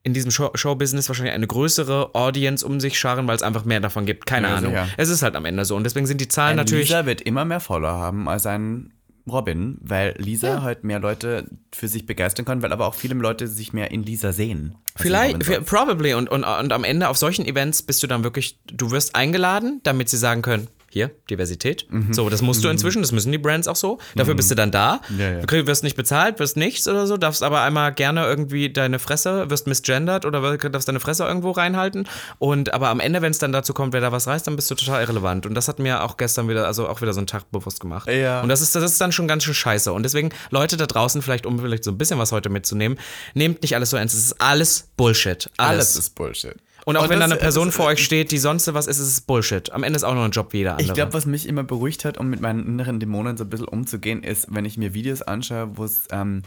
in diesem Show Showbusiness wahrscheinlich eine größere Audience um sich scharen, weil es einfach mehr davon gibt. Keine Ja, Ahnung. sicher. Es ist halt am Ende so. Und deswegen sind die Zahlen natürlich. Lisa wird immer mehr Follower haben als ein Robin, weil Lisa halt mehr Leute für sich begeistern kann, weil aber auch viele Leute sich mehr in Lisa sehen. Also als in Robin Vielleicht, sonst. für, probably. Und, und, und am Ende auf solchen Events bist du dann wirklich, du wirst eingeladen, damit sie sagen können, hier, Diversität. Mhm. So, das musst du inzwischen, das müssen die Brands auch so. Dafür bist du dann da. Ja, ja. Du krieg, wirst nicht bezahlt, wirst nichts oder so, darfst aber einmal gerne irgendwie deine Fresse, wirst misgendert oder wir- darfst deine Fresse irgendwo reinhalten. Und aber am Ende, wenn es dann dazu kommt, wer da was reißt, dann bist du total irrelevant. Und das hat mir auch gestern wieder, also auch wieder so einen Tag bewusst gemacht. Ja. Und das ist, das ist dann schon ganz schön scheiße. Und deswegen, Leute da draußen, vielleicht, um vielleicht so ein bisschen was heute mitzunehmen, nehmt nicht alles so ernst. Es ist alles Bullshit. Alles. alles ist Bullshit. und auch wenn da das- eine Person das- vor euch steht, die sonst was ist, ist es Bullshit. Am Ende ist auch noch ein Job wie jeder andere. Ich glaube, was mich immer beruhigt hat, um mit meinen inneren Dämonen so ein bisschen umzugehen, ist, wenn ich mir Videos anschaue, wo es ähm,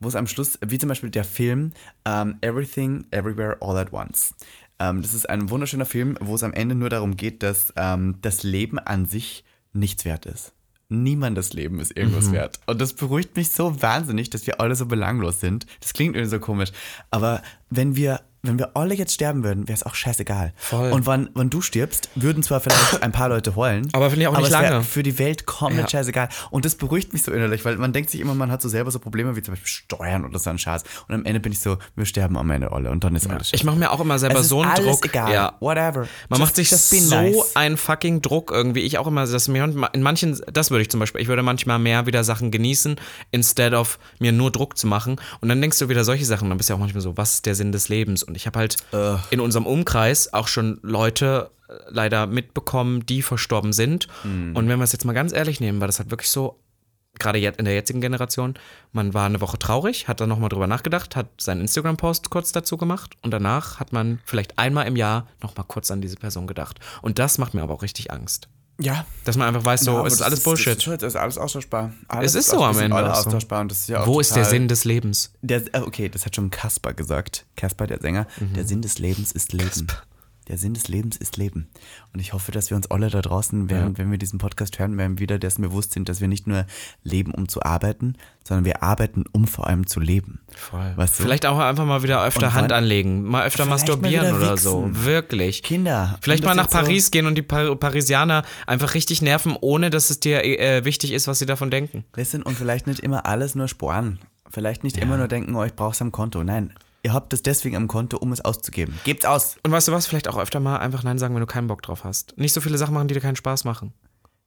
wo es am Schluss, wie zum Beispiel der Film ähm, Everything, Everywhere, All at Once. Ähm, das ist ein wunderschöner Film, wo es am Ende nur darum geht, dass ähm, das Leben an sich nichts wert ist. Niemandes Leben ist Mhm. irgendwas wert. Und das beruhigt mich so wahnsinnig, dass wir alle so belanglos sind. Das klingt irgendwie so komisch. Aber wenn wir, wenn wir alle jetzt sterben würden, wäre es auch scheißegal. Voll. Und wann, wann du stirbst, würden zwar vielleicht ein paar Leute heulen. Aber finde ich auch nicht es wär lange. Für die Welt komplett Ja. scheißegal. Und das beruhigt mich so innerlich, weil man denkt sich immer, man hat so selber so Probleme wie zum Beispiel Steuern oder so ein Schatz. Und am Ende bin ich so, wir sterben am Ende alle. Und dann ist alles ich mache mir auch immer selber es ist so einen alles Druck. egal. Ja. Whatever. Man Just- macht sich just be so nice. einen fucking Druck irgendwie. Ich auch immer, dass mir in manchen, das würde ich zum Beispiel, ich würde manchmal mehr wieder Sachen genießen, instead of mir nur Druck zu machen. Und dann denkst du wieder solche Sachen. Dann bist du ja auch manchmal so, was ist der Sinn des Lebens? Und ich habe halt Äh. in unserem Umkreis auch schon Leute äh, leider mitbekommen, die verstorben sind. Mhm. Und wenn wir es jetzt mal ganz ehrlich nehmen, war das halt wirklich so gerade jetzt in der jetzigen Generation, man war eine Woche traurig, hat dann nochmal drüber nachgedacht, hat seinen Instagram-Post kurz dazu gemacht und danach hat man vielleicht einmal im Jahr nochmal kurz an diese Person gedacht. Und das macht mir aber auch richtig Angst. Ja. Dass man einfach weiß, so, aber es ist das alles Das ist, Bullshit. Schuld, das ist alles austauschbar. Alles Es ist so aus- am wir sind Ende Alle auch so. austauschbar und das ist ja auch Wo ist der total- Sinn des Lebens? Der, äh, okay, das hat schon Kasper gesagt. Kasper, der Sänger. Der Mhm. Sinn des Lebens ist Leben. Der Sinn des Lebens ist Leben. Und ich hoffe, dass wir uns alle da draußen, während, wenn wir diesen Podcast hören, werden wieder dessen bewusst sind, dass wir nicht nur leben, um zu arbeiten, sondern wir arbeiten, um vor allem zu leben. Weißt du? Vielleicht auch einfach mal wieder öfter Und Hand wann- anlegen, mal öfter Vielleicht mal masturbieren wieder oder wichsen. so. Wirklich. Kinder. Vielleicht und mal nach das jetzt so- Paris gehen und die Par Parisianer einfach richtig nerven, ohne dass es dir äh, wichtig ist, was sie davon denken. Listen und vielleicht nicht immer alles nur sparen. Vielleicht nicht immer nur denken, oh, ich brauch's am Konto. Nein, ihr habt es deswegen am Konto, um es auszugeben. Gebt's aus. Und weißt du was? Vielleicht auch öfter mal einfach Nein sagen, wenn du keinen Bock drauf hast. Nicht so viele Sachen machen, die dir keinen Spaß machen.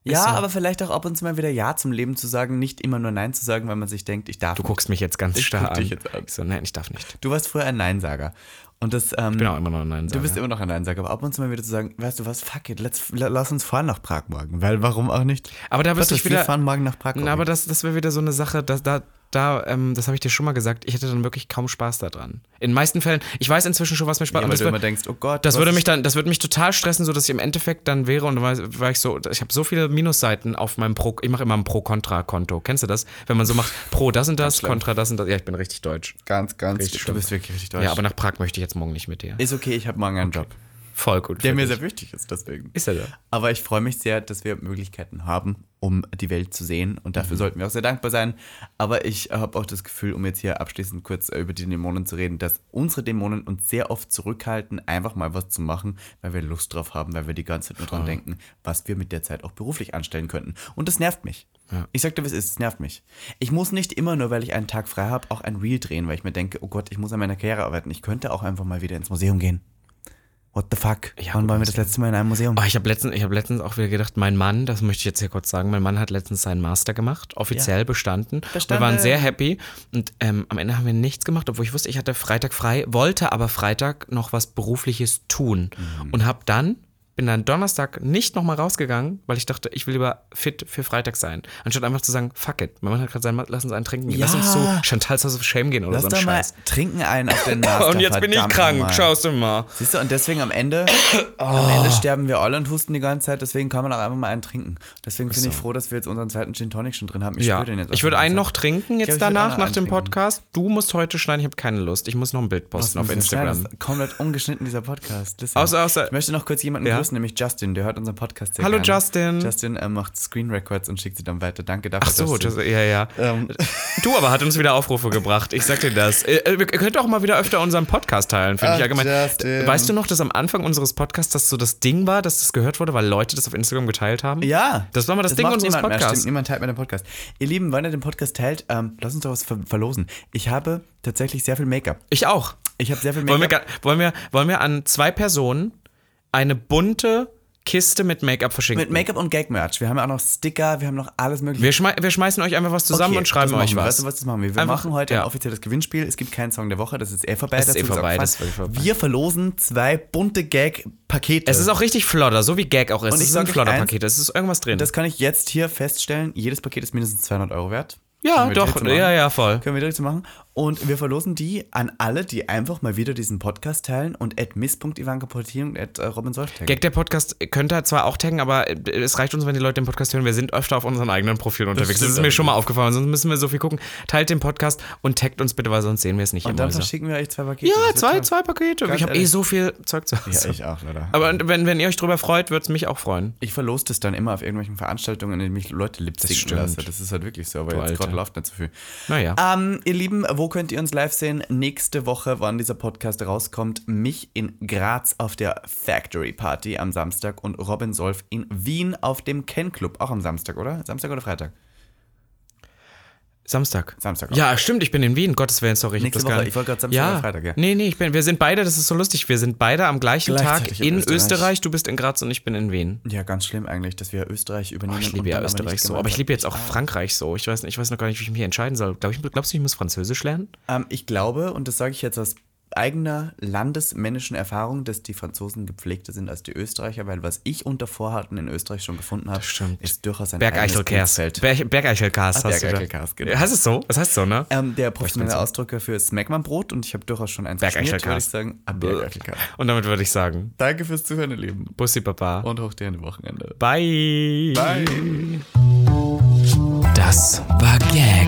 Ja, so. aber vielleicht auch ab und zu mal wieder Ja zum Leben zu sagen, nicht immer nur Nein zu sagen, weil man sich denkt, ich darf. Du guckst mich jetzt ganz Ich starr guck an. dich jetzt an. Ich so, nein, ich darf nicht. Du warst früher ein Nein-Sager. Und das, ähm, Ich bin auch immer noch ein Nein. du bist immer noch ein Nein-Sager. Aber ab und zu mal wieder zu sagen, weißt du was, fuck it, let's, la- lass uns fahren nach Prag morgen. Weil warum auch nicht? aber da bist du Gottes, wieder. Wir fahren morgen nach Prag. Na, aber das, das wäre wieder so eine Sache, dass da, da ähm, das habe ich dir schon mal gesagt, ich hätte dann wirklich kaum Spaß daran. In den meisten Fällen, ich weiß inzwischen schon, was mir Spaß weil und du wär- immer denkst, oh Gott. Das was würde ist- mich dann, das würde mich total stressen, so dass ich im Endeffekt dann wäre und war, war ich so, ich habe so viele Minusseiten auf meinem Pro, ich mache immer ein Pro-Kontra-Konto. Kennst du das? Wenn man so macht, Pro das und das, Kontra das und das. Ja, ich bin richtig deutsch. Ganz, ganz. Richtig du schlimm. bist wirklich richtig deutsch. Ja, aber nach Prag möchte ich jetzt morgen nicht mit dir. ist okay, ich habe morgen einen Job. Voll gut. Der für mir dich. sehr wichtig ist, deswegen. Ist er da? Aber ich freue mich sehr, dass wir Möglichkeiten haben, um die Welt zu sehen. Und Mhm. dafür sollten wir auch sehr dankbar sein. Aber ich habe auch das Gefühl, um jetzt hier abschließend kurz äh, über die Dämonen zu reden, dass unsere Dämonen uns sehr oft zurückhalten, einfach mal was zu machen, weil wir Lust drauf haben, weil wir die ganze Zeit nur dran denken, was wir mit der Zeit auch beruflich anstellen könnten. Und das nervt mich. Ich sag dir, was ist, es nervt mich. Ich muss nicht immer nur, weil ich einen Tag frei habe, auch ein Reel drehen, weil ich mir denke, oh Gott, ich muss an meiner Karriere arbeiten. Ich könnte auch einfach mal wieder ins Museum gehen. What the fuck? Ja, Wann gut, waren wir das- das letzte Mal in einem Museum? Oh, ich habe letztens, ich hab letztens auch wieder gedacht, mein Mann, das möchte ich jetzt hier kurz sagen, mein Mann hat letztens seinen Master gemacht, offiziell bestanden. Bestanden. Wir waren sehr happy und ähm, am Ende haben wir nichts gemacht, obwohl ich wusste, ich Mhm. hatte Freitag frei, wollte aber Freitag noch was Berufliches tun und habe dann bin dann Donnerstag nicht nochmal rausgegangen, weil ich dachte, ich will lieber fit für Freitag sein. Anstatt einfach zu sagen, fuck it. Mein Mann hat gerade sein, lass uns einen trinken gehen. Lass Ja. uns zu Chantal's House of Shame gehen oder Lass so einen doch mal Scheiß. trinken einen <laughs> auf den Master. Und jetzt bin ich verdammt krank. nochmal. Schaust du mal. Siehst du, und deswegen am <coughs> Ende, am Oh. Ende sterben wir alle und husten die ganze Zeit, deswegen kann man auch einfach mal einen trinken. Deswegen bin ich froh, dass wir jetzt unseren zweiten Gin Tonic schon drin haben. Ich Ja, spür den jetzt auch ich würde schon die einen ganze noch trinken jetzt ich würd auch danach noch nach einen dem trinken. Podcast. Du musst heute schneiden, ich habe keine Lust. Ich muss noch ein Bild Zeit. posten auf Das ist Instagram. das ist Komplett ungeschnitten, dieser Podcast. Listen. Außer- außer- ich möchte noch kurz jemanden grüßen, nämlich Justin, der hört unseren Podcast sehr Hallo, gerne. Justin. Justin äh, macht Screen Records und schickt sie dann weiter. Danke dafür, Ach so, Justin. das, ja, ja. Ähm. Du aber hat uns wieder Aufrufe gebracht. Ich sag dir das. Äh, äh, Ihr könnt auch mal wieder öfter unseren Podcast teilen, finde ich Ach, allgemein. Justin. Weißt du noch, dass am Anfang unseres Podcasts das so das Ding war, dass das gehört wurde, weil Leute das auf Instagram geteilt haben? Ja. Das war mal das Ding macht unseres niemand mehr. Podcasts. Stimmt, niemand teilt mehr den Podcast. Ihr Lieben, wenn ihr den Podcast teilt, ähm, lasst uns doch was ver verlosen. Ich habe tatsächlich sehr viel Make-up. Ich auch. Ich habe sehr viel Wollen wir, Make-up. gar- wollen, wir, wollen wir an zwei Personen eine bunte Kiste mit Make-up verschicken? Mit Make-up und Gag-Merch. Wir haben ja auch noch Sticker, wir haben noch alles mögliche. wir, schmei wir schmeißen euch einfach was zusammen Okay, und schreiben das machen euch wir. was. Weißt du, was das machen wir? Wir Einfach- machen heute ja. ein offizielles Gewinnspiel. Es gibt keinen Song der Woche, das ist eh vorbei. ist dazu eh vorbei, auch das ist Quatsch. wirklich vorbei. Wir verlosen zwei bunte Gag-Pakete. Es ist auch richtig Flodder, so wie Gag auch ist. Und es ich ist ein sag euch Flodder-Paket, es ist irgendwas drin. das kann ich jetzt hier feststellen. Jedes Paket ist mindestens 200 Euro wert. Können ja, wir doch, direkt so machen. ja, ja, voll. Können wir direkt so machen. Und wir verlosen die an alle, die einfach mal wieder diesen Podcast teilen und at miss.ivankaportier und at äh, Robin Solf taggen. Gag der Podcast könnte er zwar auch taggen, aber äh, es reicht uns, wenn die Leute den Podcast hören. Wir sind öfter auf unseren eigenen Profilen unterwegs. Das stimmt ist mir schon mal allerdings. aufgefallen, sonst müssen wir so viel gucken. Teilt den Podcast und taggt uns bitte, weil sonst sehen wir es nicht Und immer. dann Also. verschicken wir euch zwei Pakete. Das Ja, wird zwei, toll. zwei Pakete. Ganz ich habe eh ehrlich. so viel Zeug zu Hause. Ja, ich auch, leider. Aber wenn, wenn ihr euch drüber freut, würde es mich auch freuen. Ich verlose das dann immer auf irgendwelchen Veranstaltungen, in denen mich Leute lipsticken stimmt. lasse. Das ist halt wirklich so, aber jetzt Alter. gerade läuft nicht so viel. Naja. Ähm, ihr Lieben, wo könnt ihr uns live sehen? Nächste Woche, wann dieser Podcast rauskommt, mich in Graz auf der Factory Party am Samstag und Robin Solf in Wien auf dem Ken Club, auch am Samstag, oder? Samstag oder Freitag? Samstag. Samstag auch. Ja, stimmt, ich bin in Wien. Gottes Willen, sorry. Ich hab Nächste das Woche. gar nicht- Ich wollte gerade Samstag ja. oder Freitag, ja. Nee, nee, ich bin, wir sind beide, das ist so lustig, wir sind beide am gleichen Tag Gleichzeitig in in Österreich. Österreich. Du bist in Graz und ich bin in Wien. Ja, ganz schlimm eigentlich, dass wir Österreich übernehmen. Ich und liebe ja dann aber nicht Österreich so, gemeinsam- aber ich liebe jetzt auch Frankreich so. Ich weiß, nicht- ich weiß noch gar nicht, wie ich mich entscheiden soll. Glaub ich, glaubst du, ich muss Französisch lernen? Ähm, ich glaube, und das sage ich jetzt aus eigener landesmännischen Erfahrung, dass die Franzosen gepflegter sind als die Österreicher, weil was ich unter Vorhatten in Österreich schon gefunden habe, stimmt. ist durchaus ein eigenes Bergeichelkers. Kunstfeld. Berg, Bergeichelkers hast Bergeichelkers, du genau. da. Heißt es so? Das heißt so, ne? Ähm, der professionelle Ausdruck dafür ist Meckmann-Brot und ich habe durchaus schon eins Bergeichelkers. geschmiert, würde ich sagen. Ah, Bergeichelkers. Und damit würde ich sagen, Danke fürs Zuhören, ihr Lieben. Bussi Papa. Und hoch dir ein Wochenende. Bye. Das war Gag,